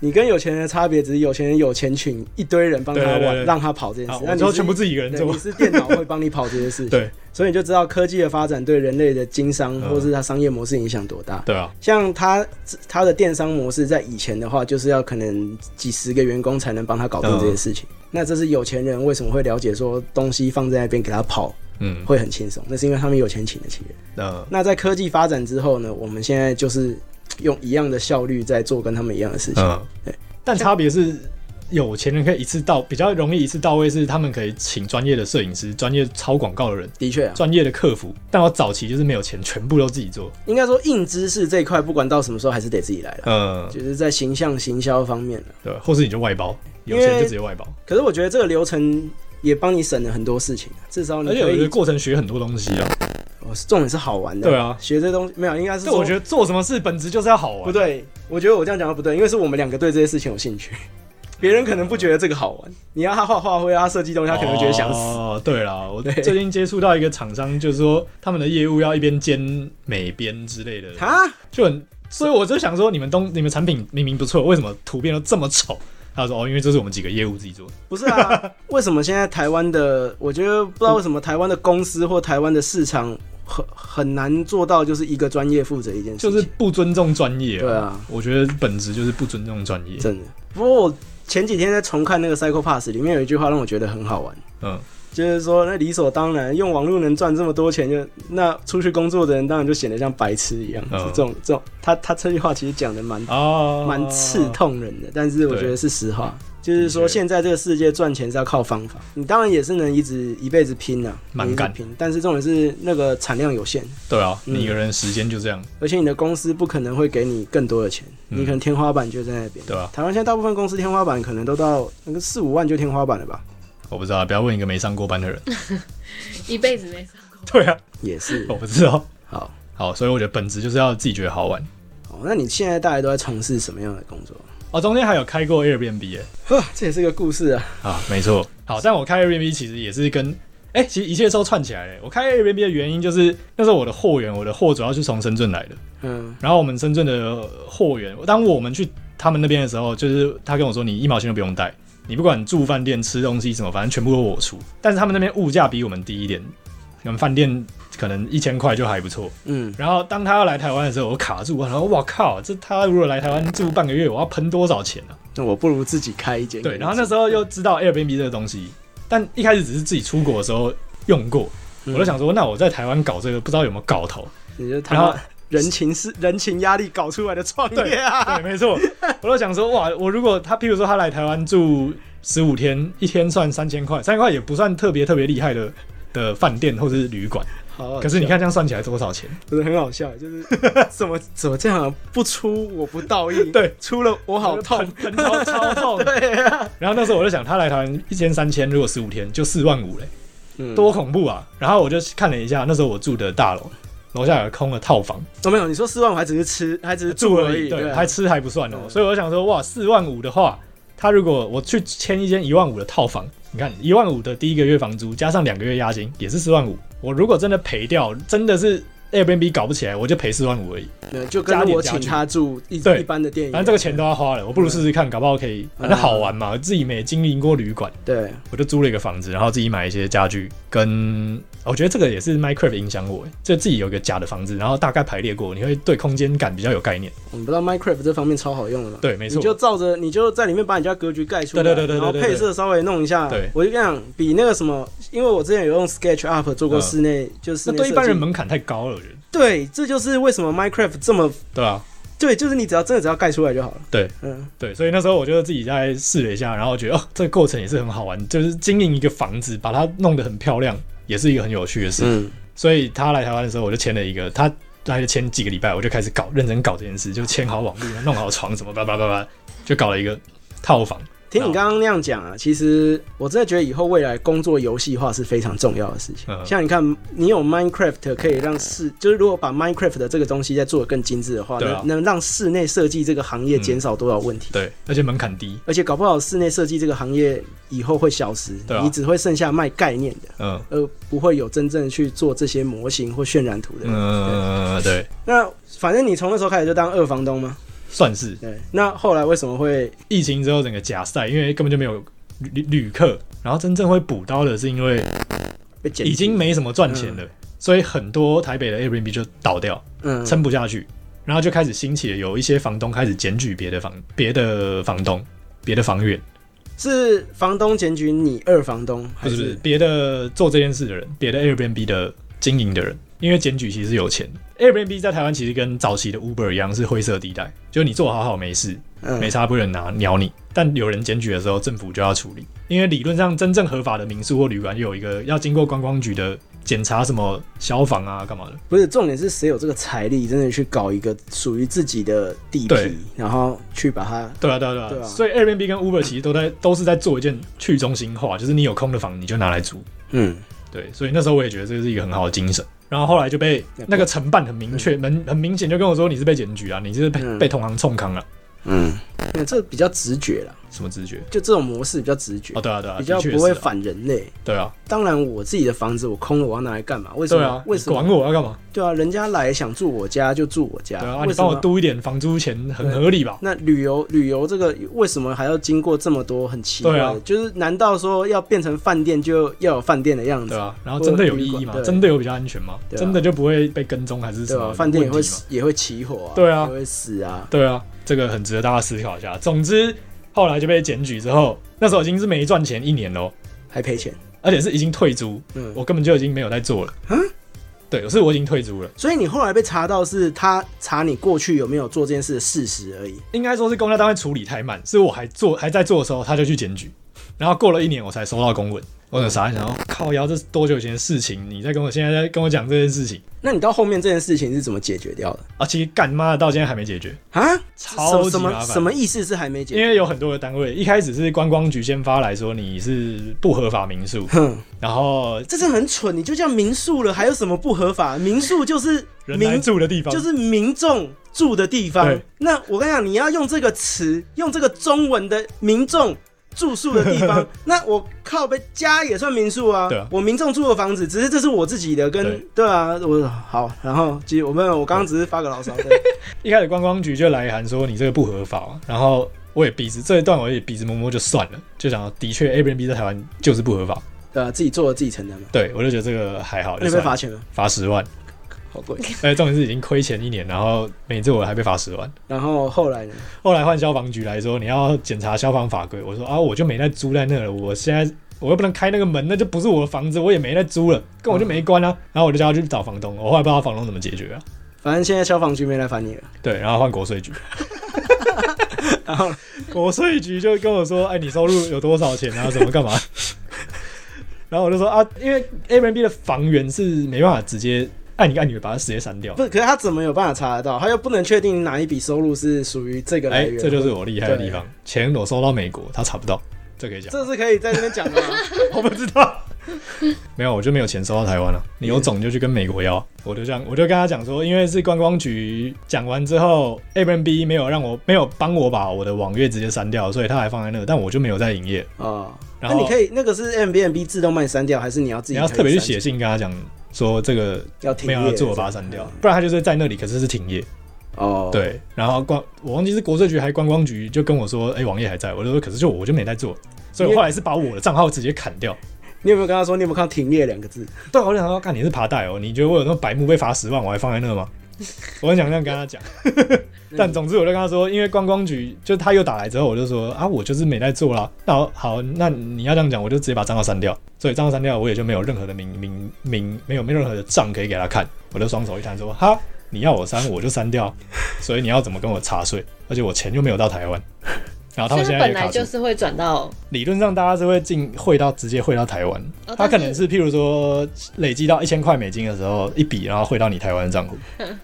你跟有钱人的差别只是有钱人有钱群一堆人帮他对对对玩，对让他跑这件啊，事，我那之后你全部是自己一个人对，做你。是电脑会帮你跑这些事情，对所以你就知道科技的发展对人类的经商嗯或是它商业模式影响多大。对啊，像他他的电商模式，在以前的话，就是要可能几十个员工才能帮他搞定这件事嗯情。那这是有钱人为什么会了解说东西放在那边给他跑嗯，会很轻松？那是因为他们有钱请得起人。那那在科技发展之后呢，我们现在就是嘖用一样的效率在做跟他们一样的事情。嗯，对。但差别是，有钱人可以一次到，比较容易一次到位，是他们可以请专业的摄影师、专业抄广告的人、的确啊，专业的客服。但我早期就是没有钱，全部都自己做。应该说硬知识这一块，不管到什么时候还是得自己来了，嗯，就是在形象行销方面了。对，或是你就外包，有因为钱就直接外包。可是我觉得这个流程也帮你省了很多事情啊，至少你而且我可觉得以，过程学很多东西啊。哦重点是好玩的。对啊学这东西没有，应该是但我觉得得做什么事本质就是要好玩。不，对，我觉得我这样讲的不对，因为是我们两个对这些事情有 兴趣，别人可能不觉得这个好玩。你要他画画或者他设计东西，他可能会觉得想死。哦，对啦，我对最近接触到一个厂商，就是说他们的业务要一边兼美编之类的，啊，就很，所以我就想说，你们东你们产品明明不错，为什么图片都这么丑？他说哦，因为这是我们几个业务自己做的。不是 啊，为什么现在台湾的，我觉得不知道为什么台湾的公司或台湾的市场很很难做到，就是一个专业负责一件事情，就是不尊重专业、对啊，我觉得本质就是不尊重专业。真的。不过我前几天在重看那个《Psycho Pass》，里面有一句话让我觉得很好玩，嗯，就是说那理所当然，用网络能赚这么多钱就，那出去工作的人当然就显得像白痴一样。嗯是这种这种，他他这句话其实讲的蛮哦，蛮刺。痛人的，但是我觉得是实话。就是说，的确现在这个世界赚钱是要靠方法，你当然也是能一直一辈子拼啊，蛮一直干拼，但是重点是那个产量有限，对啊，嗯你一个人时间就这样。而且你的公司不可能会给你更多的钱，嗯你可能天花板就在那边。对啊台湾现在大部分公司天花板可能都到那个四五万就天花板了吧？我不知道，不要问一个没上过班的人。一辈子没上过。 对啊，也是我。不知道。好，好，所以我觉得本质就是要自己觉得好玩。哦，那你现在大概都在从事什么样的工 作？哦，中间还有开过 Airbnb 耶、呵，这也是个故事啊。啊，没错。好，但我开 Airbnb 其实也是跟，哎、其实一切都串起来了。我开 Airbnb 的原因就是那时候我的货源，我的货主要是从深圳来的。嗯，然后我们深圳的货源，当我们去他们那边的时候，就是他跟我说，你一毛钱都不用带，你不管住饭店、吃东西什么，反正全部都我出。但是他们那边物价比我们低一点，我们饭店可能一千块就还不错。嗯，然后当他要来台湾的时候，我卡住，然后我靠，这他如果来台湾住半个月，我要喷多少钱啊？那我不如自己开一间。对，然后那时候又知道 Airbnb 这个东西，但一开始只是自己出国的时候用过，嗯我就想说，那我在台湾搞这个不知道有没有搞头。你就他然后妈人情是 人情压力搞出来的创业啊！对，没错，我就想说，哇，我如果他，譬如说他来台湾住十五天，一天算三千块，三千块也不算特别特别厉害的的饭店或是旅馆，好好可是你笑，看这样算起来多少钱？真的很好笑， 就是怎么怎么这样啊不出我不道义， 对，出了 我好痛。很超超痛。哦 对啊，然后那时候我就想，他来台湾一千三千，如果十五天就四万五嘞，嗯多恐怖啊！然后我就看了一下，那时候我住的大楼楼下有空的套房，哦没有，你说四万五还只是吃，还只是住而已，对，啊还吃还不算哦。嗯所以我想说，哇，四万五的话，他如果我去签一间一万五的套房，你看一万五的第一个月房租加上两个月押金也是四万五，我如果真的赔掉，真的是 Airbnb 搞不起来，我就赔四万五而已，没有就跟我请他住一对一般的电影院，反正这个钱都要花了，我不如试试看，搞不好可以，反正好玩嘛，自己没经营过旅馆。对，我就租了一个房子，然后自己买一些家具，跟哦我觉得这个也是 Minecraft 影响我，就自己有一个假的房子，然后大概排列过，你会对空间感比较有概念。我们不知道 Minecraft 这方面超好用的嘛，对，没错你，就照着，你就在里面把你家格局盖出来，对对对对对然后对配色稍微弄一下。对我就跟你讲，比那个什么，因为我之前有用 Sketch Up 做过嗯室内，就是那对一般人们门槛太高了，我觉得。对，这就是为什么 Minecraft 这么对啊，对，就是你只要真的只要盖出来就好了。对，嗯，对，所以那时候我就自己在试了一下，然后觉得哦，这个过程也是很好玩，就是经营一个房子，把它弄得很漂亮，也是一个很有趣的事。嗯，所以他来台湾的时候，我就签了一个，他来的前几个礼拜，我就开始搞，认真搞这件事，就签好网路，弄好床什么，叭叭叭叭，就搞了一个套房。听你刚刚那样讲啊，其实我真的觉得以后未来工作游戏化是非常重要的事情。嗯像你看，你有 Minecraft 可以让室，就是如果把 Minecraft 的这个东西再做得更精致的话，对啊能能让室内设计这个行业嗯减少多少问题？对，而且门槛低，而且搞不好室内设计这个行业以后会消失，对啊你只会剩下卖概念的，嗯而不会有真正去做这些模型或渲染图的。嗯，对，那反正你从那时候开始就当二房东吗？算是对。那后来为什么会？疫情之后整个假赛，因为根本就没有旅旅客，然后真正会补刀的是因为被剪辑已经没什么赚钱了，所以很多台北的 Airbnb 就倒掉。嗯撑不下去，然后就开始兴起了有一些房东开始检举别的房、别的房东、别的房源，是房东检举你二房东，不还是不是别的做这件事的人，别的 Airbnb 的经营的人，因为检举其实是有钱的。Airbnb 在台湾其实跟早期的 Uber 一样是灰色地带，就你做好好没事，嗯没差不能拿鸟你，但有人检举的时候，政府就要处理，因为理论上真正合法的民宿或旅馆有一个要经过观光局的检查，什么消防啊干嘛的。不是重点是谁有这个财力，真的去搞一个属于自己的地对皮，然后去把它对啊，对啊，对啊。对啊所以 Airbnb 跟 Uber 其实都在都是在做一件去中心化，就是你有空的房你就拿来租。嗯对，所以那时候我也觉得这是一个很好的精神。然后后来就被那个承办很明确、很很明显就跟我说你是被检举啊，你是被、嗯被同行冲康了、嗯，那这比较直觉啦，什么直觉？就这种模式比较直觉哦，，对啊，对啊，比较的确不会是啊反人类。对啊，当然，我自己的房子我空了，我要拿来干嘛？为什对么？啊，为什你么？管我要干嘛？对啊，人家来想住我家就住我家，对啊，啊为你什帮我么？多一点房租钱，很合理吧？那旅游旅游这个为什么还要经过这么多很奇怪的？对啊就是难道说要变成饭店就要有饭店的样子？对啊，然后真的有意义或者旅吗？馆真的有比较安全吗？对啊真的就不会被跟踪还是对什吧、么饭店也会问题吗死也会起火啊，对啊也会死啊。对啊，这个很值得大家思考一下。总之，后来就被检举之后，那时候已经是没赚钱一年喽，还赔钱，而且是已经退租，嗯，我根本就已经没有在做了。嗯，对，是我已经退租了，所以你后来被查到是他查你过去有没有做这件事的事实而已，应该说是公家单位处理太慢，是我还做还在做的时候他就去检举，然后过了一年我才收到公文，我很傻，想要靠腰，这是多久以前的事情？你在跟我现在在跟我讲这件事情那你到后面这件事情是怎么解决掉的啊？其实干妈的到现在还没解决，啊？超级什么麻烦什么什么意思是还没解决？因为有很多的单位一开始是观光局先发来说你是不合法民宿，哼，然后这真的很蠢，你就叫民宿了，还有什么不合法？民宿就是人来民住的地方就是民众住的地方对。那我跟你讲，你要用这个词，用这个中文的民众。住宿的地 方，那我靠呗，家也算民宿啊。对啊我民众住的房子，只是这是我自己的，跟对对啊，我好。然后，其实我们我刚刚只是发个牢骚， 对，一开始观光局就来函说你这个不合法，然后我也鼻子这一段我也鼻子摸摸就算了，就想的确 Airbnb 在台湾就是不合法，对啊，自己做的自己承担嘛。对我就觉得这个还好，就那你被算罚了钱吗？啊罚十万，好贵。哎，重点是已经亏钱一年，然后每次我还被罚十万。然后后来呢？后来换消防局来说你要检查消防法规，我说啊我就没在租在那了，我现在。我又不能开那个门，那就不是我的房子，我也没在租了，跟我就没关啊。然后我就叫他去找房东，我后来不知道房东怎么解决啊。反正现在消防局没来烦 你了。对，然后换国税局，然后国税局就跟我说：“哎，你收入有多少钱啊？怎么干嘛？” 然后我就说：“啊，因为 A M B 的房源是没办法直接按一个按钮把它直接删掉不。是，可是他怎么有办法查得到？他又不能确定哪一笔收入是属于这”个来哎，源。这就是我厉害的地方，钱我收到美国，他查不到，这可以讲。这是可以在这边讲的吗？ 我不知道，没有，我就没有钱收到台湾了、你有种就去跟美国要。我就这样，我就跟他讲说，因为是观光局讲完之后 a m b 没有让我没有帮我把我的网页直接删掉，所以他还放在那，但我就没有在营业。哦，然那后你可以那个是 M B M B 自动帮你删掉，还是你要自己你要特别去可以写信跟他讲说这个要停没业有要做，我把它删掉，不然他就是在那里，可是是停业。哦，，对，然后观我忘记是国税局还观光局就跟我说，哎、网页还在，我就说可是就我就没在做，所以我后来是把我的账号直接砍掉。你有没有跟他说你有没有看到停业两个字？对，啊我就想说，看你是爬带哦，你觉得我有那么白目被罚十万，我还放在那 吗？我很想这样跟他讲，但总之我就跟他说，因为观光局就他又打来之后，我就说啊，我就是没在做啦。那好好，那你要这样讲，我就直接把账号删掉。所以账号删掉，我也就没有任何的名名名，没有没有任何的账可以给他看。我就双手一摊说，哈，你要我删我就删 掉，所以你要怎么跟我查税？而且我钱又没有到台湾，然后他所以们它现在本也卡来住。就是会转到理论上大家是会进汇到直接汇到台湾，哦他可但能是是譬如说累积到一千块美金的时候一笔，然后汇到你台湾的账户，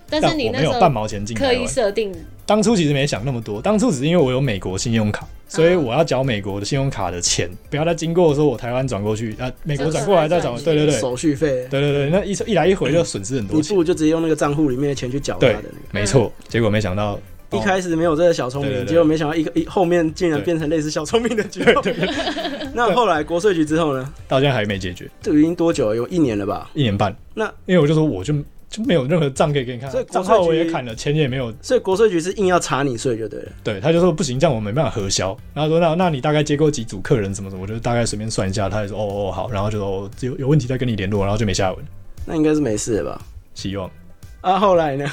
但但是你我那没时有半候毛钱进刻台意湾。设定，当初其实没想那么多，当初只是因为我有美国信用卡，嗯所以我要缴美国的信用卡的钱，不要再经过说我台湾转过去，啊，美国转过来再转，对对对，手续费，对对对，那一一来一回就损失很你多不嗯钱，如就直接用那个账户里面的钱去缴他对的那个。没错。结果没想到，哦一开始没有这个小聪对对明，对结果没想到一个一后面竟然对变成类似小聪明的举动。 那后来国税局之后呢？到现在还没解决，这已经多久了？有一年了吧？一年半。那因为我就说我就就没有任何账可以给你看所以，国账税号我也局砍了，钱也没有所以国税局是硬要查你税就对了。对，他就说不行，这样我没办法核销。然后说那那你大概接过几组客人什么什么，我就大概随便算一下。他也说哦哦好，然后就说哦有有问题再跟你联络，然后就没下文。那应该是没事了吧？希望啊，后来呢？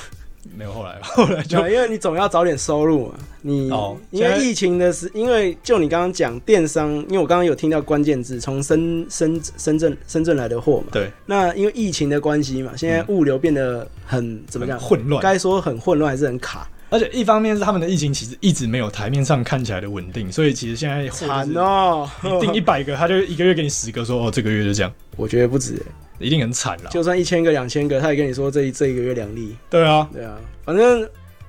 没有后来吧，后来 就对，因为你总要找点收入嘛。你、哦因为现在疫情的时，因为就你刚刚讲电商，因为我刚刚有听到关键字，从深深深圳深圳来的货嘛。对，嗯那因为疫情的关系嘛，现在物流变得很怎么很讲？混乱。该说很混乱还是很卡？而且一方面是他们的疫情其实一直没有台面上看起来的稳定，所以其实现在货惨就是哦、你 订一百个，他就一个月给你十个，说哦这个月就这样， 我觉得不止欸、一定很惨啦。就算一千个、两千个，他也跟你说这一这一个月两例。对啊，对啊，反正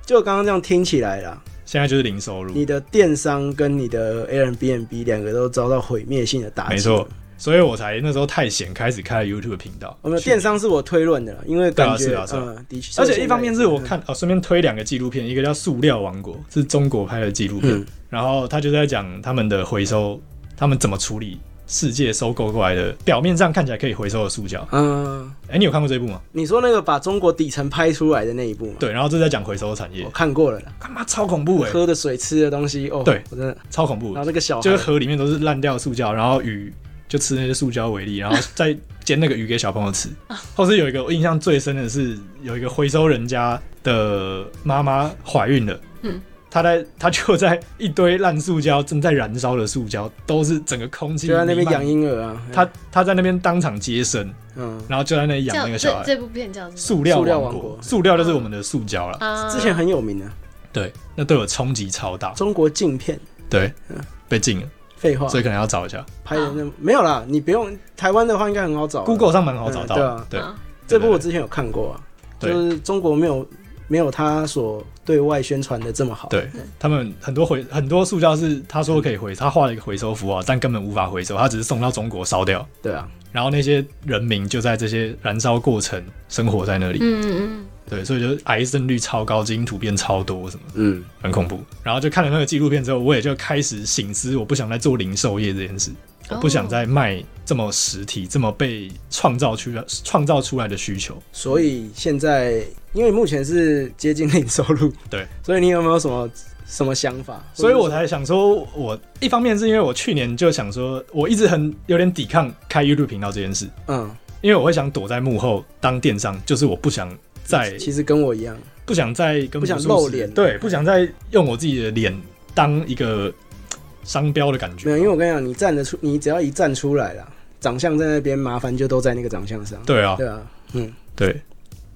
就刚刚这样听起来啦，现在就是零收入，你的电商跟你的 Airbnb 两个都遭到毁灭性的打击。没错，所以我才那时候太闲，开始开了 YouTube 频道。我们去哦电商是我推论的啦，因为感觉对啊是啊是嗯，的确，而且一方面是我嗯看哦，顺便推两个纪录片，一个叫《塑料王国》，是中国拍的纪录片，嗯然后他就在讲他们的回收，他们怎么处理世界收购过来的表面上看起来可以回收的塑胶。嗯，哎、你有看过这一部吗？你说那个把中国底层拍出来的那一部嘛，对，然后这是在讲回收产业我，看过了啦，他妈哦超恐怖哎、喝的水、吃的东西，哦，对我真的，超恐怖然后，那个小孩就是河里面都是烂掉的塑胶，然后鱼就吃那些塑胶为例，然后再煎那个鱼给小朋友吃。或是有一个我印象最深的是，有一个回收人家的妈妈怀孕了，嗯，她在她就在一堆烂塑胶正在燃烧的塑胶，都是整个空气就在那边弥漫养，婴儿啊，她她在那边当场接生，嗯，然后就在那里养叫那个小这孩。啊这部片叫什么？塑料塑料王王国国，塑料就是我们的塑胶了。啊之前很有名的对，那对我冲击超大，中国镜片，对嗯，哦被禁了，废话所，以可能要找一下。拍的那没有啦，你不用台湾的话应该很好找啊 Google 上蛮好找到的嗯，对，啊这部对对我之前有看过啊，对就是中国没有没有他所对外宣传的这么好，对他们很多回很多塑胶是他说可以回，他画了一个回收符号，但根本无法回收，他只是送到中国烧掉。对啊，然后那些人民就在这些燃烧过程生活在那里，嗯嗯对，所以就是癌症率超高，基因突变超多，什么嗯，很恐怖。然后就看了那个纪录片之后，我也就开始醒思，我不想再做零售业这件事，我哦不想再卖这么实体、这么被创造出来、创造出来的需求。所以现在，因为目前是接近零收入，对，所以你有没有什么什么想法？所以我或者才想说我，一方面是因为我去年就想说，我一直很有点抵抗开 YouTube 频道这件事，是嗯，因为我会想躲在幕后当电商，就是我不想再其实跟我一样，不想再跟不想魔术师露脸对，不想再用我自己的脸当一个嘖商标的感没觉。有，因为我跟你讲，你站得出，你只要一站出来了，长相在那边，麻烦就都在那个长相上，对啊，对啊，嗯，对，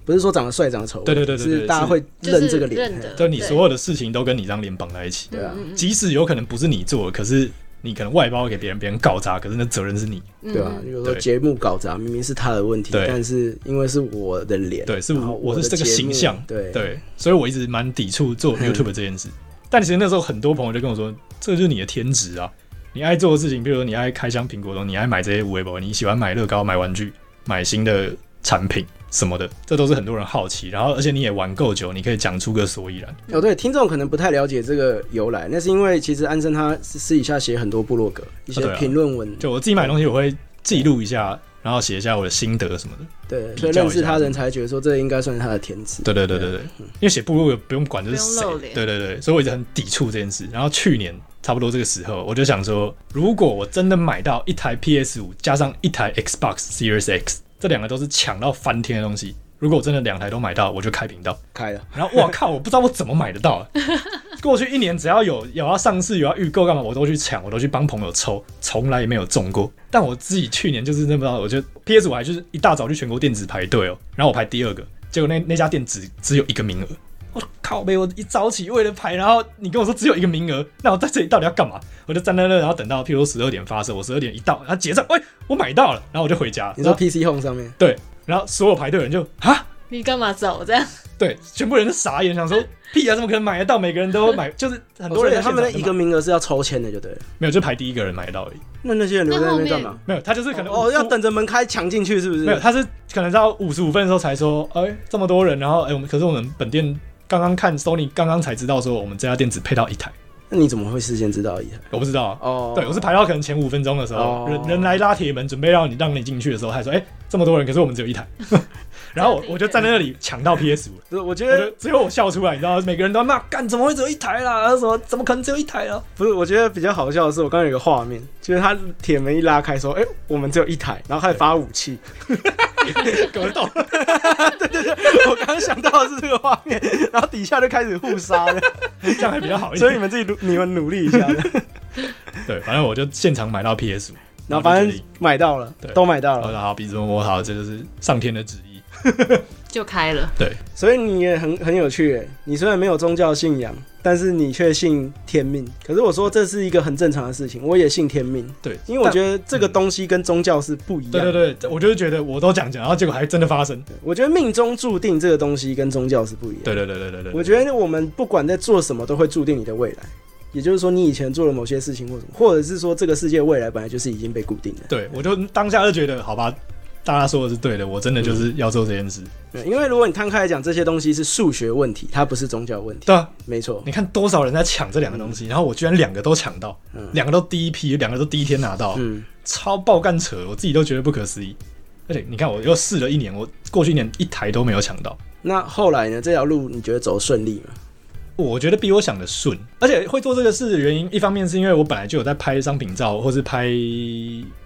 不是说长得帅长得丑，对对对对对是大家是会就是认这个脸，认的就你对所有的事情都跟你这张脸绑在一起，对啊嗯嗯即使有可能不是你做的，可是你可能外包给别人，别人搞砸，可是那责任是你，嗯对啊，嗯比如说对节目搞砸，明明是他的问题，对但是因为是我的脸，对是然后我我的是这个节目形象对，对，所以我一直蛮抵触做 YouTube 这件事。但其实那时候很多朋友就跟我说，这就是你的天职啊，你爱做的事情，比如说你爱开箱苹果东，你爱买这些微博，你喜欢买乐高、买玩具、买新的产品什么的，这都是很多人好奇。然后而且你也玩够久，你可以讲出个所以然。哦，对，听众可能不太了解这个由来，那是因为其实安生他私私底下写很多部落格一些啊对啊评论文，就我自己买东西，我会记录一下，然后写一下我的心得什么的。对，比所以较认一识下他的人才觉得说这应该算是他的天职。对对对对对，因为写部落格不用管这是谁不用露，脸对对对，所以我一直很抵触这件事。然后去年差不多这个时候，我就想说，如果我真的买到一台 PS 五加上一台 Xbox Series X，这两个都是抢到翻天的东西。如果我真的两台都买到，我就开频道。开了，然后我靠，我不知道我怎么买得到、啊。过去一年只要有有要上市、有要预购干嘛，我都去抢，我都去帮朋友抽，从来也没有中过。但我自己去年就是那么，我就 PS 我还就是一大早去全国电子排队哦，然后我排第二个，结果那那家店只只有一个名额。我靠呗！我一早起为了排，然后你跟我说只有一个名额，那我在这里到底要干嘛？我就站在那，然后等到譬如十二点发售，我十二点一到，然后结账，喂、我买到了，然后我就回家。你说然后 PC Home 上面，对，然后所有排队的人就啊，你干嘛走这样？对，全部人都傻眼，想说屁啊，怎么可能买得到？每个人都买，就是很哦多所人以在他现们场的就一个买名额是要抽签的，就对了。没有，就排第一个人买得到而已。那那些人留在那边干嘛？没有，他就是可能哦， 55要等着门开抢进去是不是？没有，他是可能到五十五分的时候才说，哎、这么多人，然后哎、我们可是我们本店刚刚看 Sony 刚刚才知道说我们这家店只配到一台，那你怎么会事先知道一台？我不知道啊。哦，对，我是排到可能前五分钟的时候，哦人人来拉铁门，准备让你让你进去的时候，他说：“哎、这么多人，可是我们只有一 台。”然后我我就站在那里抢到 PS 五，不是，我觉我得就只有我笑出来，你知道吗，每个人都在骂，干怎么会只有一台啦？什么怎么可能只有一台啊啦？不是，我觉得比较好笑的是，我刚刚 有个画面，就是他铁门一拉开说，哎、我们只有一台，然后开始发武器，狗洞，我刚刚想到的是这个画面，然后底下就开始互 杀了，这样还比较好一所以点。你们自己努你们努力一下。对，反正我就现场买到 PS 五，然后反正买到了对，都买到然后了，就好鼻子摸摸好，这就是上天的旨意。就开了。对，所以你也很很有趣耶。你虽然没有宗教信仰，但是你却信天命。可是我说这是一个很正常的事情，我也信天命，对，嗯因为我得，觉得这个东西跟宗教是不一样对的。对对，我就是觉得我都讲讲，然后结果还真的发生。我觉得命中注定这个东西跟宗教是不一样。对对对对对对，我觉得我们不管在做什么，都会注定你的未来。也就是说，你以前做了某些事情或什么，或者是说这个世界未来本来就是已经被固定的。对我就当下就觉得，好吧，大家说的是对的，我真的就是要做这件事。对因为如果你摊开来讲，这些东西是数学问题，它不是宗教问题。对啊，没错，你看多少人在抢这两个东西，然后我居然两个都抢到，嗯两个都第一批，两个都第一天拿到，嗯，超爆干扯，我自己都觉得不可思议。而且你看，我又试了一年，我过去一年一台都没有抢到，那后来呢？这条路你觉得走顺利吗？我觉得比我想的顺。而且会做这个事的原因，一方面是因为我本来就有在拍商品照，或是拍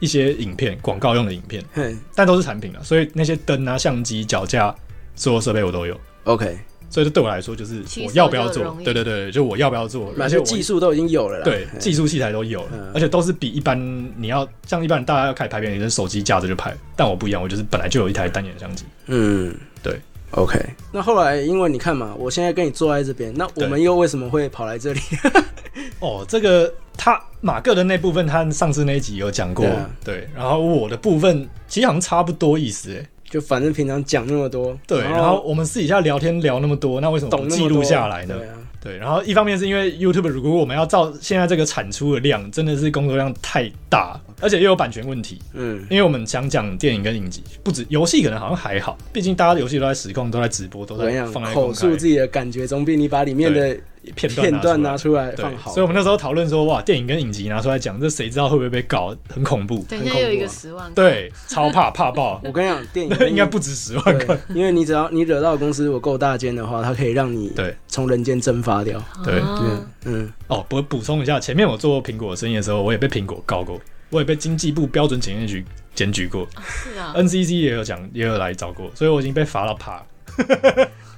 一些影片、广告用的影片，哼但都是产品了，所以那些灯啊、相机、脚架，所有设备我都有。 ，OK，所以这对我来说就是其实我要不要就做容，易对对对，就我要不要做，而反且正我技术都已经有了啦。对嘿技术器材都有了嗯，而且都是比一般你要像一般人大家要开始拍片，你是手机架着就拍，但我不一样，我就是本来就有一台单眼相机，嗯，对，OK。那后来，因为你看嘛，我现在跟你坐在这边，那我对们又为什么会跑来这里？ 哦，这个他马个的那部分，他上次那一集有讲过对啊，对。然后我的部分其实好像差不多意思，哎，就反正平常讲那么多，对。然后我们私底下聊天聊那么多，那为什么懂不哦那么记录多下来呢？对啊，对。然后一方面是因为 YouTube，如果我们要照现在这个产出的量，真的是工作量太大，而且又有版权问题。嗯，因为我们想讲电影跟影集，不止游戏，可能好像还好，毕竟大家游戏都在实况，都在直播，都我跟你在讲放，在口公述开自己的感觉总比你把里面的片片段拿拿出来。出来对放，好所以。我们那时候讨论说，哇，电影跟影集拿出来讲，这谁知道会不会被搞，很恐怖。等很一下恐又有一怖个啊十万，对，超怕怕 ，爆我跟你讲， 电影应该不止十万块对。，因为你只要你惹到公司我够大间的话，它可以让你对从人间蒸发掉。对嗯啊嗯，哦，我补充一下，前面我做苹果的生意的时候，我也被苹果告过，我也被经济部标准检验局检举过是啊， ，NCC 也有讲，也有来找过，所以我已经被罚了趴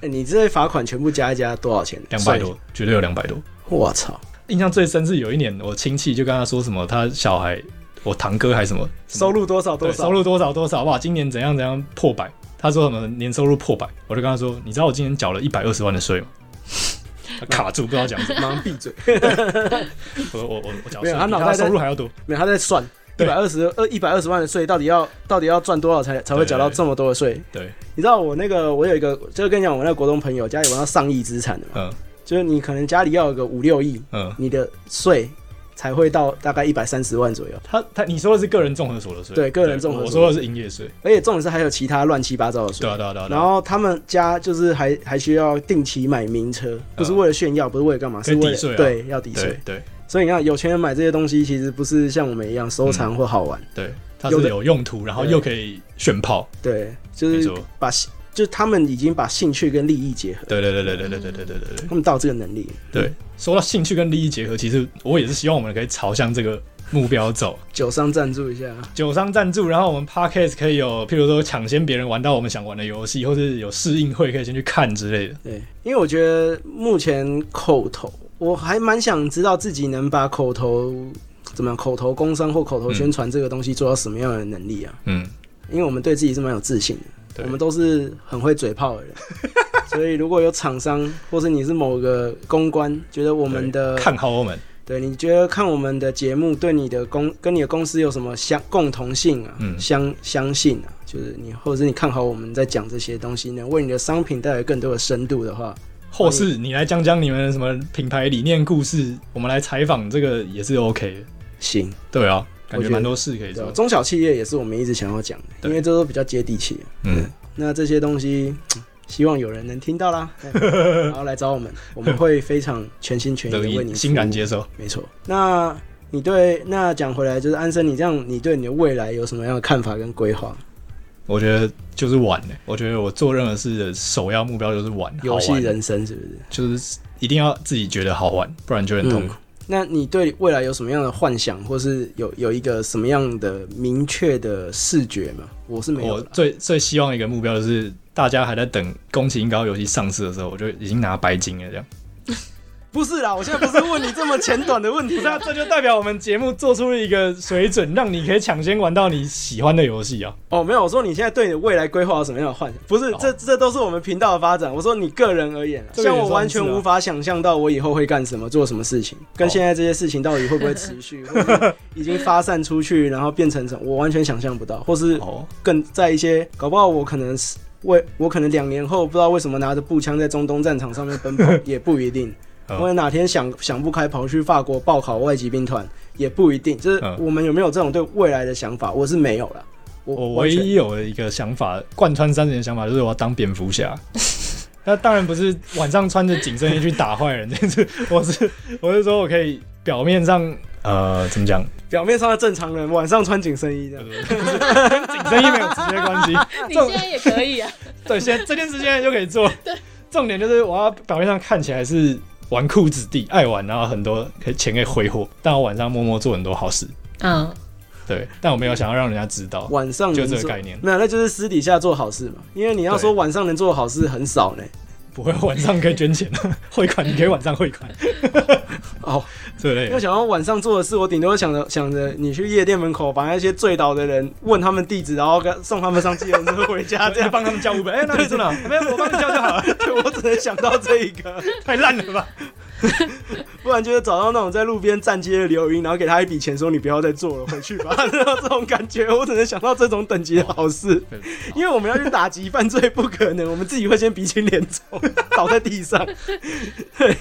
哎你这些罚款全部加一加多少钱？两百算一多，嗯绝对有两百多。下。我操！印象最深是有一年，我亲戚就跟他说什么，他小孩，我堂哥还是什么收入多少对多少？收入多少多少，哇，今年怎样怎样破百。他说什么年收入破百，我就跟他说，你知道我今年缴了一百二十万的税 吗？他卡住不知道讲什么，忙闭嘴。我我我我缴没税有比他脑袋他在收入还要多，没有，他在算一 对百二十二一百二十万的税，到底要到底要赚多少才才会缴到这么多的税？对，你知道我那个我有一个，就是跟你讲，我那个国中朋友家里玩到上亿资产的嘛，嗯就是你可能家里要有个五六亿，嗯。你的税才会到大概一百三十万左右，他他你说的是个人综合所得税，对个人综我合所得说的是营业税，而且重点是还有其他乱七八糟的税对。啊对啊对啊。对然啊后他们家就是还还需要定期买名车，不是为了炫耀，不是为了干嘛，是为啊可以抵税了啊对要抵对税。对所以你看，有钱人买这些东西其实不是像我们一样收藏或好玩，对，它有是的有用途，然后对又可以炫炮，对，就没是错，把就是他们已经把兴趣跟利益结合，对对对对对对对对对对对。他们到这个能力。对，说到兴趣跟利益结合，其实我也是希望我们可以朝向这个目标走。酒商赞助一下，酒商赞助，然后我们 podcast 可以有，譬如说抢先别人玩到我们想玩的游戏，或是有试映会可以先去看之类的。嗯对，因为我觉得目前口头，我还蛮想知道自己能把口头怎么样，口头工商或口头宣传这个东西做到什么样的能力啊？嗯，因为我们对自己是蛮有自信的，对我们都是很会嘴炮的人， 所以如果有厂商或是你是某个公关，觉得我我们的看好我们，对，你觉得看我们的节目对你的公跟你的公司有什么相共同性啊？嗯相相信啊，就是你或者是你看好我们在讲这些东西，能为你的商品带来更多的深度的话，或是你来讲讲你们的什么品牌理念故事，我们来采访这个也是 OK 的。行。对啊，感我觉觉得蛮多事可以对啊做吧。中小企业也是我们一直想要讲的，对因为这都比较接地气啊、嗯，那这些东西，希望有人能听到啦， 对然后来找我们，我们会非常全心全意的 乐为你意欣然服务接受。没错。那你对那讲回来，就是安生，你这样，你对你的未来有什么样的看法跟规划？我觉得就是玩、欸，我觉得我做任何事的首要目标就是玩，游好戏玩人生是不是？就是一定要自己觉得好玩，不然就很痛苦。嗯那你对未来有什么样的幻想，或是有有一个什么样的明确的视觉吗？我是嗯没有我的。最最希望一个目标就是，大家还在等宫崎英高游戏上市的时候，我就已经拿白金了 这样。不是啦，我现在不是问你这么浅短的问 题不是啊，这就代表我们节目做出了一个水准，让你可以抢先玩到你喜欢的游戏啊。哦，没有，我说你现在对你的未来规划有什么样的幻想？不是，哦这这都是我们频道的发展。我说你个人而言啊，这个也像我算完是全啊无法想象到我以后会干什么、做什么事情，跟哦现在这些事情到底会不会持续，或是已经发散出去，然后变成什么，我完全想象不到，或是哦，更在一些，搞不好我可能是为我可能两年后不知道为什么拿着步枪在中东战场上面奔跑，也不 一定。嗯我哪天想想不开跑去法国报考外籍兵团，也不一定。就是嗯我们有没有这种对唯未来的想法，我是没有了。我我完唯全一有的一个想法，贯穿三十年的想法就是我要当蝙蝠侠。那当然不是晚上穿着紧身衣去打坏人，但是我是我是说我可以表面上呃怎么讲，表面上的正常人，晚上穿紧身衣这不样。是不是跟紧身衣没有直接关系。你这种现在也可 以啊，对，现在这件事现在就可以做。重点就是我要表面上看起来是纨绔子弟，爱玩，然后很多可以钱可以挥霍，但我晚上默默做很多好事。嗯，对，但我没有想要让人家知道。晚上就能这个做概念没有，那就是私底下做好事嘛。因为你要说对晚上能做好事很少呢。不会晚上可以捐钱， 汇款你可以晚上汇款哦，之类因为的。想要晚上做的事，我顶多想着想着你去夜店门口把那些醉倒的人问他们地址，然后跟送他们上计程车回家，这啊这样样帮他们叫五百，哎，那你住哪？没有，我帮你叫就好了。对我只能想到这一个，太烂了吧？不然就是找到那种在路边站街的刘英，然后给他一笔钱，说你不要再做了，回去吧，然后这种感觉，我只能想到这种等级的好事，因为我们要去打击犯罪，不可能，我们自己会先鼻青脸肿，倒在地上。对，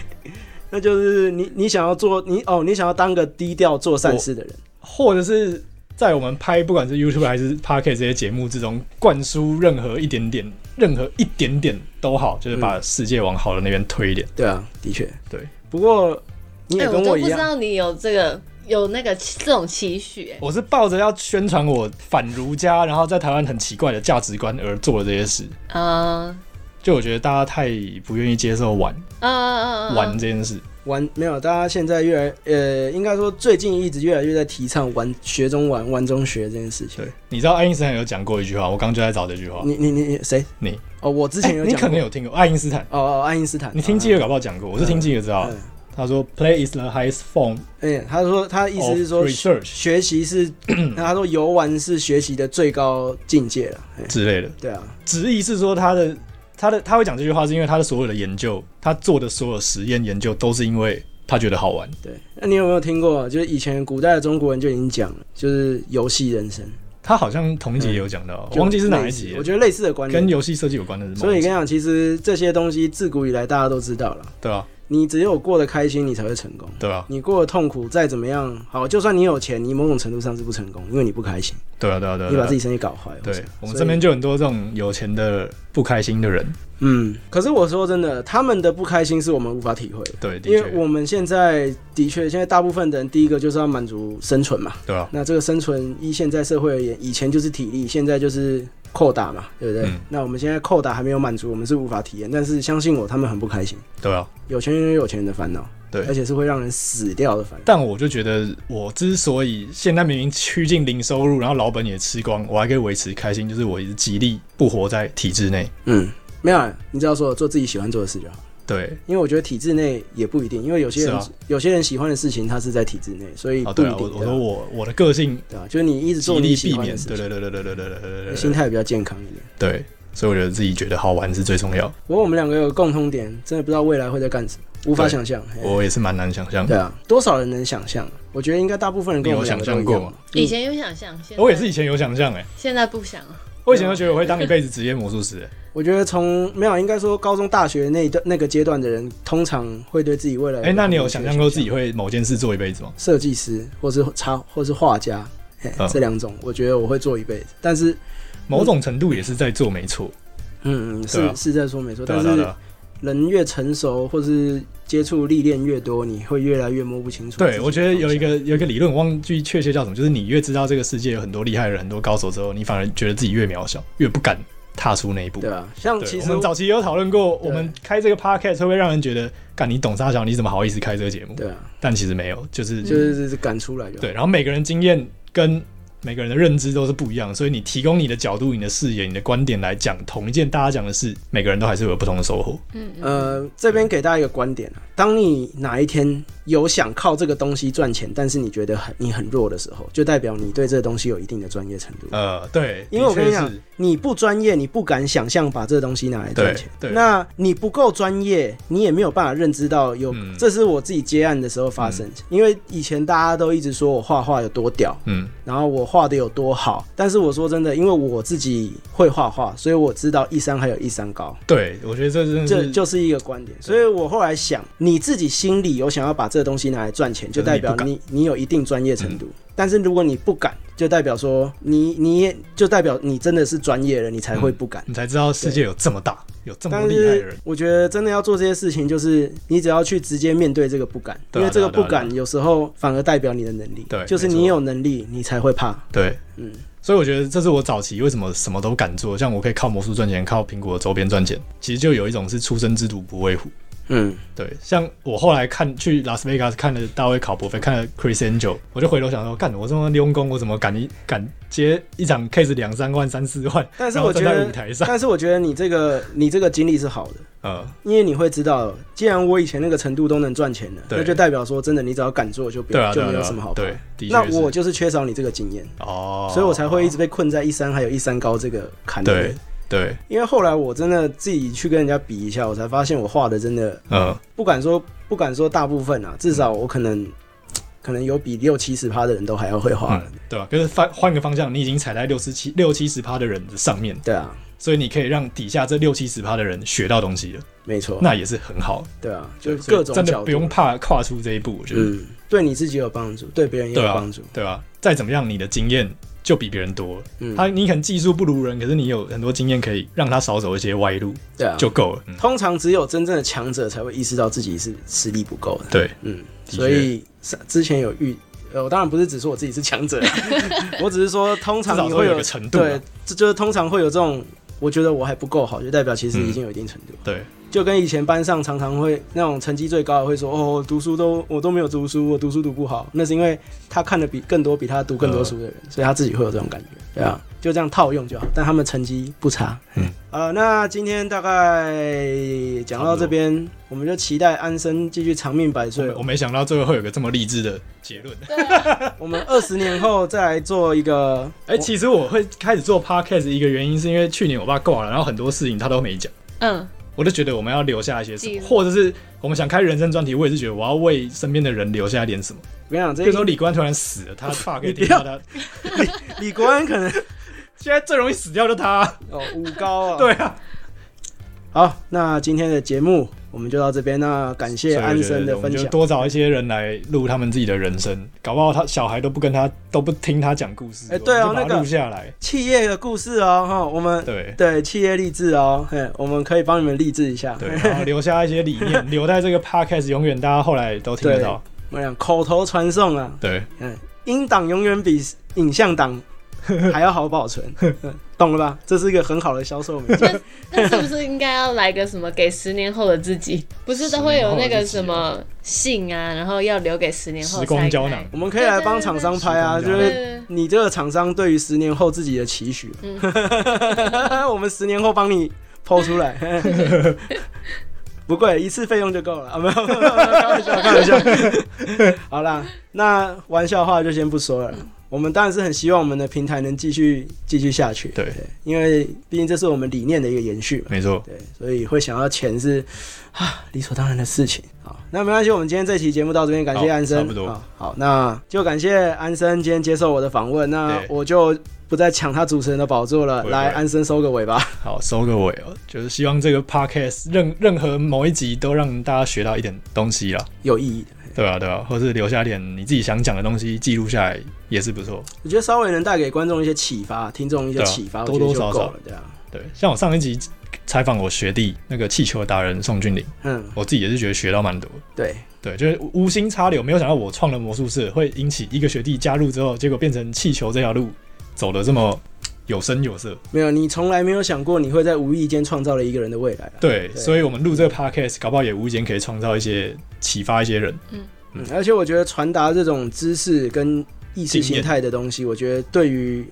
那就是你你想要做你哦，你想要当个低调做善事的人， 或者是在我们拍不管是 YouTube 还是 Pocket 这些节目之中，灌输任何一点点、任何一点点都好，就是把世界往好的那边推一点。对啊，的确，对。不过你哎，也我跟都我一不知样，道你有这个有那个这种期许，哎我是抱着要宣传我反儒家，然后在台湾很奇怪的价值观而做的这些事。嗯就我觉得大家太不愿意接受玩嗯嗯嗯，玩这件事，玩没有，大家现在越来呃，应该说最近一直越来越在提倡玩学中玩，玩中学这件事情。对，你知道爱因斯坦有讲过一句话，我刚就在找这句话。你你你谁？你哦，我之前有哎你讲可过、能有听过爱嗯因斯坦，哦哦，爱因斯坦，你听记记得搞不好讲过，我是听记得知道的嗯。他说，play is the highest form 哎、他说他意思 of 是说 research 学 习是，他说游玩是学习的最高境界了。哎之类的。对啊，直译是说他的他的他会讲这句话，是因为他的所有的研究，他做的所有实验研究都是因为他觉得好玩。对。那你有没有听过？就是以前古代的中国人就已经讲了，就是游戏人生。他好像同一集也有讲到，就我忘记是哪类一似集了嗯我，觉得类似的观跟念。游戏设计有关的是吗？所以跟你讲，其实这些东西自古以来大家都知道了。对啊，你只有过得开心，你才会成功。对啊，你过得痛苦，再怎么样好，就算你有钱，你某种程度上是不成功，因为你不开心，对啊，对啊，对啊，你对把啊自己身体搞坏。或者对什么我们所以身边就很多这种有钱的不开心的人，嗯，可是我说真的，他们的不开心是我们无法体会的，对，啊的因为确，我们现在的确，现在大部分的人第一个就是要满足生存嘛。对啊，那这个生存，依现在社会而言，以前就是体力，现在就是扣打嘛，对不对？嗯那我们现在扣打还没有满足，我们是无法体验。但是相信我，他们很不开心，对啊。有钱人有有钱人的烦恼，对而且是会让人死掉的烦恼。但我就觉得，我之所以现在明明趋近零收入，然后老本也吃光，我还可以维持开心，就是我一直极力不活在体制内。嗯，没有啊，你只要说做自己喜欢做的事就好。对，因为我觉得体制内也不一定，因为有些人、是啊有些人喜欢的事情，他是在体制内，所以啊，不对一啊，我定。我说我我的个性对啊，就是你一直极做你力喜避欢免的，事对情，对对对对对对对对对心对，态比较健康一点。对，所以我觉得自己觉得好玩是最重要。不过我们两个有共通点，真的不知道未来会在干什么，无法对想象。嘿我也是蛮难想象对，啊，多少人能想象？啊我觉得应该大部分人跟你我们有两个想象都一过样嗯吗。以前有想象，啊现在我也是以前有想象哎、现在不想了，我以前都觉得我会当一辈子职业魔术师、欸，我觉得从没有，应该说高中、大学那一段那个阶段的人，通常会对自己未来。哎、那你有想象过自啊己会某件事做一辈子吗？设计师，或是插，或是画家？嘿嗯这两种，我觉得我会做一辈子。但是，某种程度也是在做，没错。嗯，嗯，对是啊是在说没错，对但啊对啊对是啊，人越成熟，或是接触历练越多，你会越来越摸不清楚自对己的方向。我觉得有一个有一个理论，我忘记确切叫什么，就是你越知道这个世界有很多厉害人、很多高手之后，你反而觉得自己越渺小，越不敢踏出那一步。对啊，像对其我实们早期也有讨论过，对我们开这个 podcast 会不会让人觉得，干你懂沙小，你怎么好意思开这个节目？对啊，但其实没有，就是就是就是赶出来就好。嗯对，然后每个人经验跟每个人的认知都是不一样，所以你提供你的角度、你的视野、你的观点来讲同一件大家讲的事，每个人都还是会有不同的收获。呃，这边给大家一个观点啊，当你哪一天有想靠这个东西赚钱，但是你觉得很你很弱的时候，就代表你对这个东西有一定的专业程度。呃，对，因为我跟你的确讲是，你不专业，你不敢想象把这个东西拿来赚钱。对对那你不够专业，你也没有办法认知到有。嗯这是我自己接案的时候发生，因为以前大家都一直说我画画有多屌，嗯然后我画的有多好，但是我说真的，因为我自己会画画，所以我知道一山还有一山高。对，我觉得这真的这是就是一个观点，所以我后来想，你自己心里有想要把这个东西拿来赚钱，就代表就是你你有一定专嗯业程度。但是如果你不敢，就代表说你你也就代表你真的是专业人，你才会不敢。嗯你才知道世界有这么大，有这么但厉害的是人。我觉得真的要做这些事情，就是你只要去直接面对这个不敢，对啊因为这个对啊不对啊敢有时候反而代表你的能力。对就是没错你有能力，你才会怕。对，嗯，所以我觉得这是我早期为什么什么都敢做，像我可以靠魔术赚钱，靠苹果的周边赚钱，其实就有一种是初生之犊不畏虎。嗯，对，像我后来看去拉斯维加斯看了大卫考伯菲，看了 Chris Angel，我就回头想说，干我这么溜工，我怎么敢一敢接一场 case 两三万、三四万？但是然后我觉站在得舞台，上，但是我觉得你这个你这个经历是好的。呃，因为你会知道，既然我以前那个程度都能赚钱了，对那就代表说真的，你只要敢做就不对要、啊，就对啊，没对有啊什么好怕。对，的那确是我就是缺少你这个经验，哦，所以我才会一直被困在一山还有一山高这个坎里面对。对，因为后来我真的自己去跟人家比一下，我才发现我画的真的嗯，不敢说不敢说大部分啊，至少我可能可能有比六七十趴的人都还要会画了。嗯，对吧、可是换换个方向，你已经踩在六十七、六七十趴的人的上面，对啊，所以你可以让底下这六七十趴的人学到东西了，没错，那也是很好，对啊，哦就所以各种真角的度不用怕跨出这一步，我觉得，嗯，对你自己有帮助，对别人也有对啊帮助。对吧、再怎么样，你的经验就比别人多了。嗯，他你可能技术不如人，可是你有很多经验可以让他少走一些歪路对啊，就够了。嗯，通常只有真正的强者才会意识到自己是实力不够的。对，嗯，确所以是之前有遇，呃，我当然不是只说我自己是 强者啊，我只是说通至少常你说会有一个程度啊。对，这就是通常会有这种，我觉得我还不够好，就代表其嗯实已经有一定程度。对就跟以前班上常常会那种成绩最高的会说，哦，我读书都我都没有读书，我读书读不好，那是因为他看的比更多比他读更多书的人，所以他自己会有这种感觉，对啊，就这样套用就好。但他们成绩不差，嗯，呃，那今天大概讲到这边，我们就期待安生继续长命百岁我。我没想到最后会有个这么励志的结论。对啊，我们二十年后再来做一个，哎、其实我会开始做 podcast 一个原因是因为去年我爸挂了，然后很多事情他都没讲，嗯，我就觉得我们要留下一些什记么，录或者是我们想开人生专题，我也是觉得我要为身边的人留下一点什么。我跟你讲，比这如说一李官突然死了，他爸可以你不听要到他，李国 安可能现在最容易死掉就他。哦五高啊，对啊，好，那今天的节目我们就到这边，那感谢所以我安觉生得的我们分就享。多找一些人来录他们自己的人生，搞不好他小孩都不跟他都不听他讲故事，哦哎对啊我们就把那它个录下来，企业的故事哦，哈，我们 对对企业励志哦，嘿，我们可以帮你们励志一下。对，然后留下一些理念，留在这个 podcast 永远大家后来都听得到，我讲口头传送啊，对，音档永远比影像档还要好保存，嗯懂了吧？这是一个很好的销售媒介。那是不是应该要来个什么给十年后的自己？不是都会有那个什么信啊，然后要留给十年后时光胶囊才，嗯我们可以来帮厂商拍啊，就对对开。对是对你这个厂商对于十年后自己的期许，嗯 我们十年后帮你剖出来。不贵，一次费用就够了啊！没有，没有没有开玩笑，开玩笑。好啦，那玩笑话就先不说了。我们当然是很希望我们的平台能继续继续下去，对，因为毕竟这是我们理念的一个延续嘛。没错，对，所以会想要钱是啊理所当然的事情。好，那没关系，我们今天这期节目到这边，感谢好安生。差不多好，好那就感谢安生今天接受我的访问，那对我就不再抢他主持人的宝座了，不会来不会安生收个尾吧。好收个尾哦，就是希望这个 podcast 任任何某一集都让大家学到一点东西啦，有意义的，对啊对啊，或是留下点你自己想讲的东西记录下来也是不错，我觉得稍微能带给观众一些启发，听众一些对啊启发，多多我觉得少就够少了，对啊。对，像我上一集采访我学弟那个气球达人宋俊霖，嗯，我自己也是觉得学到蛮多的。对，对，就是无心插柳，没有想到我创了魔术社会引起一个学弟加入之后，结果变成气球这条路走的这么有声有色。没有，你从来没有想过你会在无意间创造了一个人的未来啊。对，对所以我们录这个 podcast，搞不好也无意间可以创造一些启发一些人。嗯，而且我觉得传达这种知识跟意识形态的东西，我觉得对于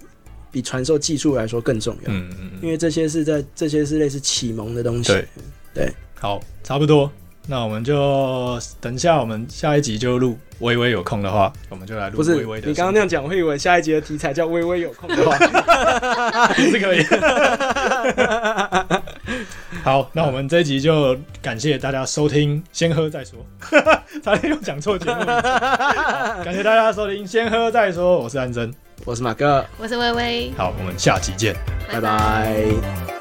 比传授技术来说更重要，嗯嗯啊因嗯，为这些是在这些是类似启蒙的东西。对对，好，差不多。那我们就等一下，我们下一集就录。微微有空的话，我们就来录不是微微的生活。你刚刚那样讲，我以为下一节的题材叫“微微有空” 的话。也是可以。好，那我们这一集就感谢大家收听，先喝再说， 差点又讲错节目名称。好感谢大家收听，先喝再说，我是安真。我是马哥，我是微微，好，我们下集见。拜拜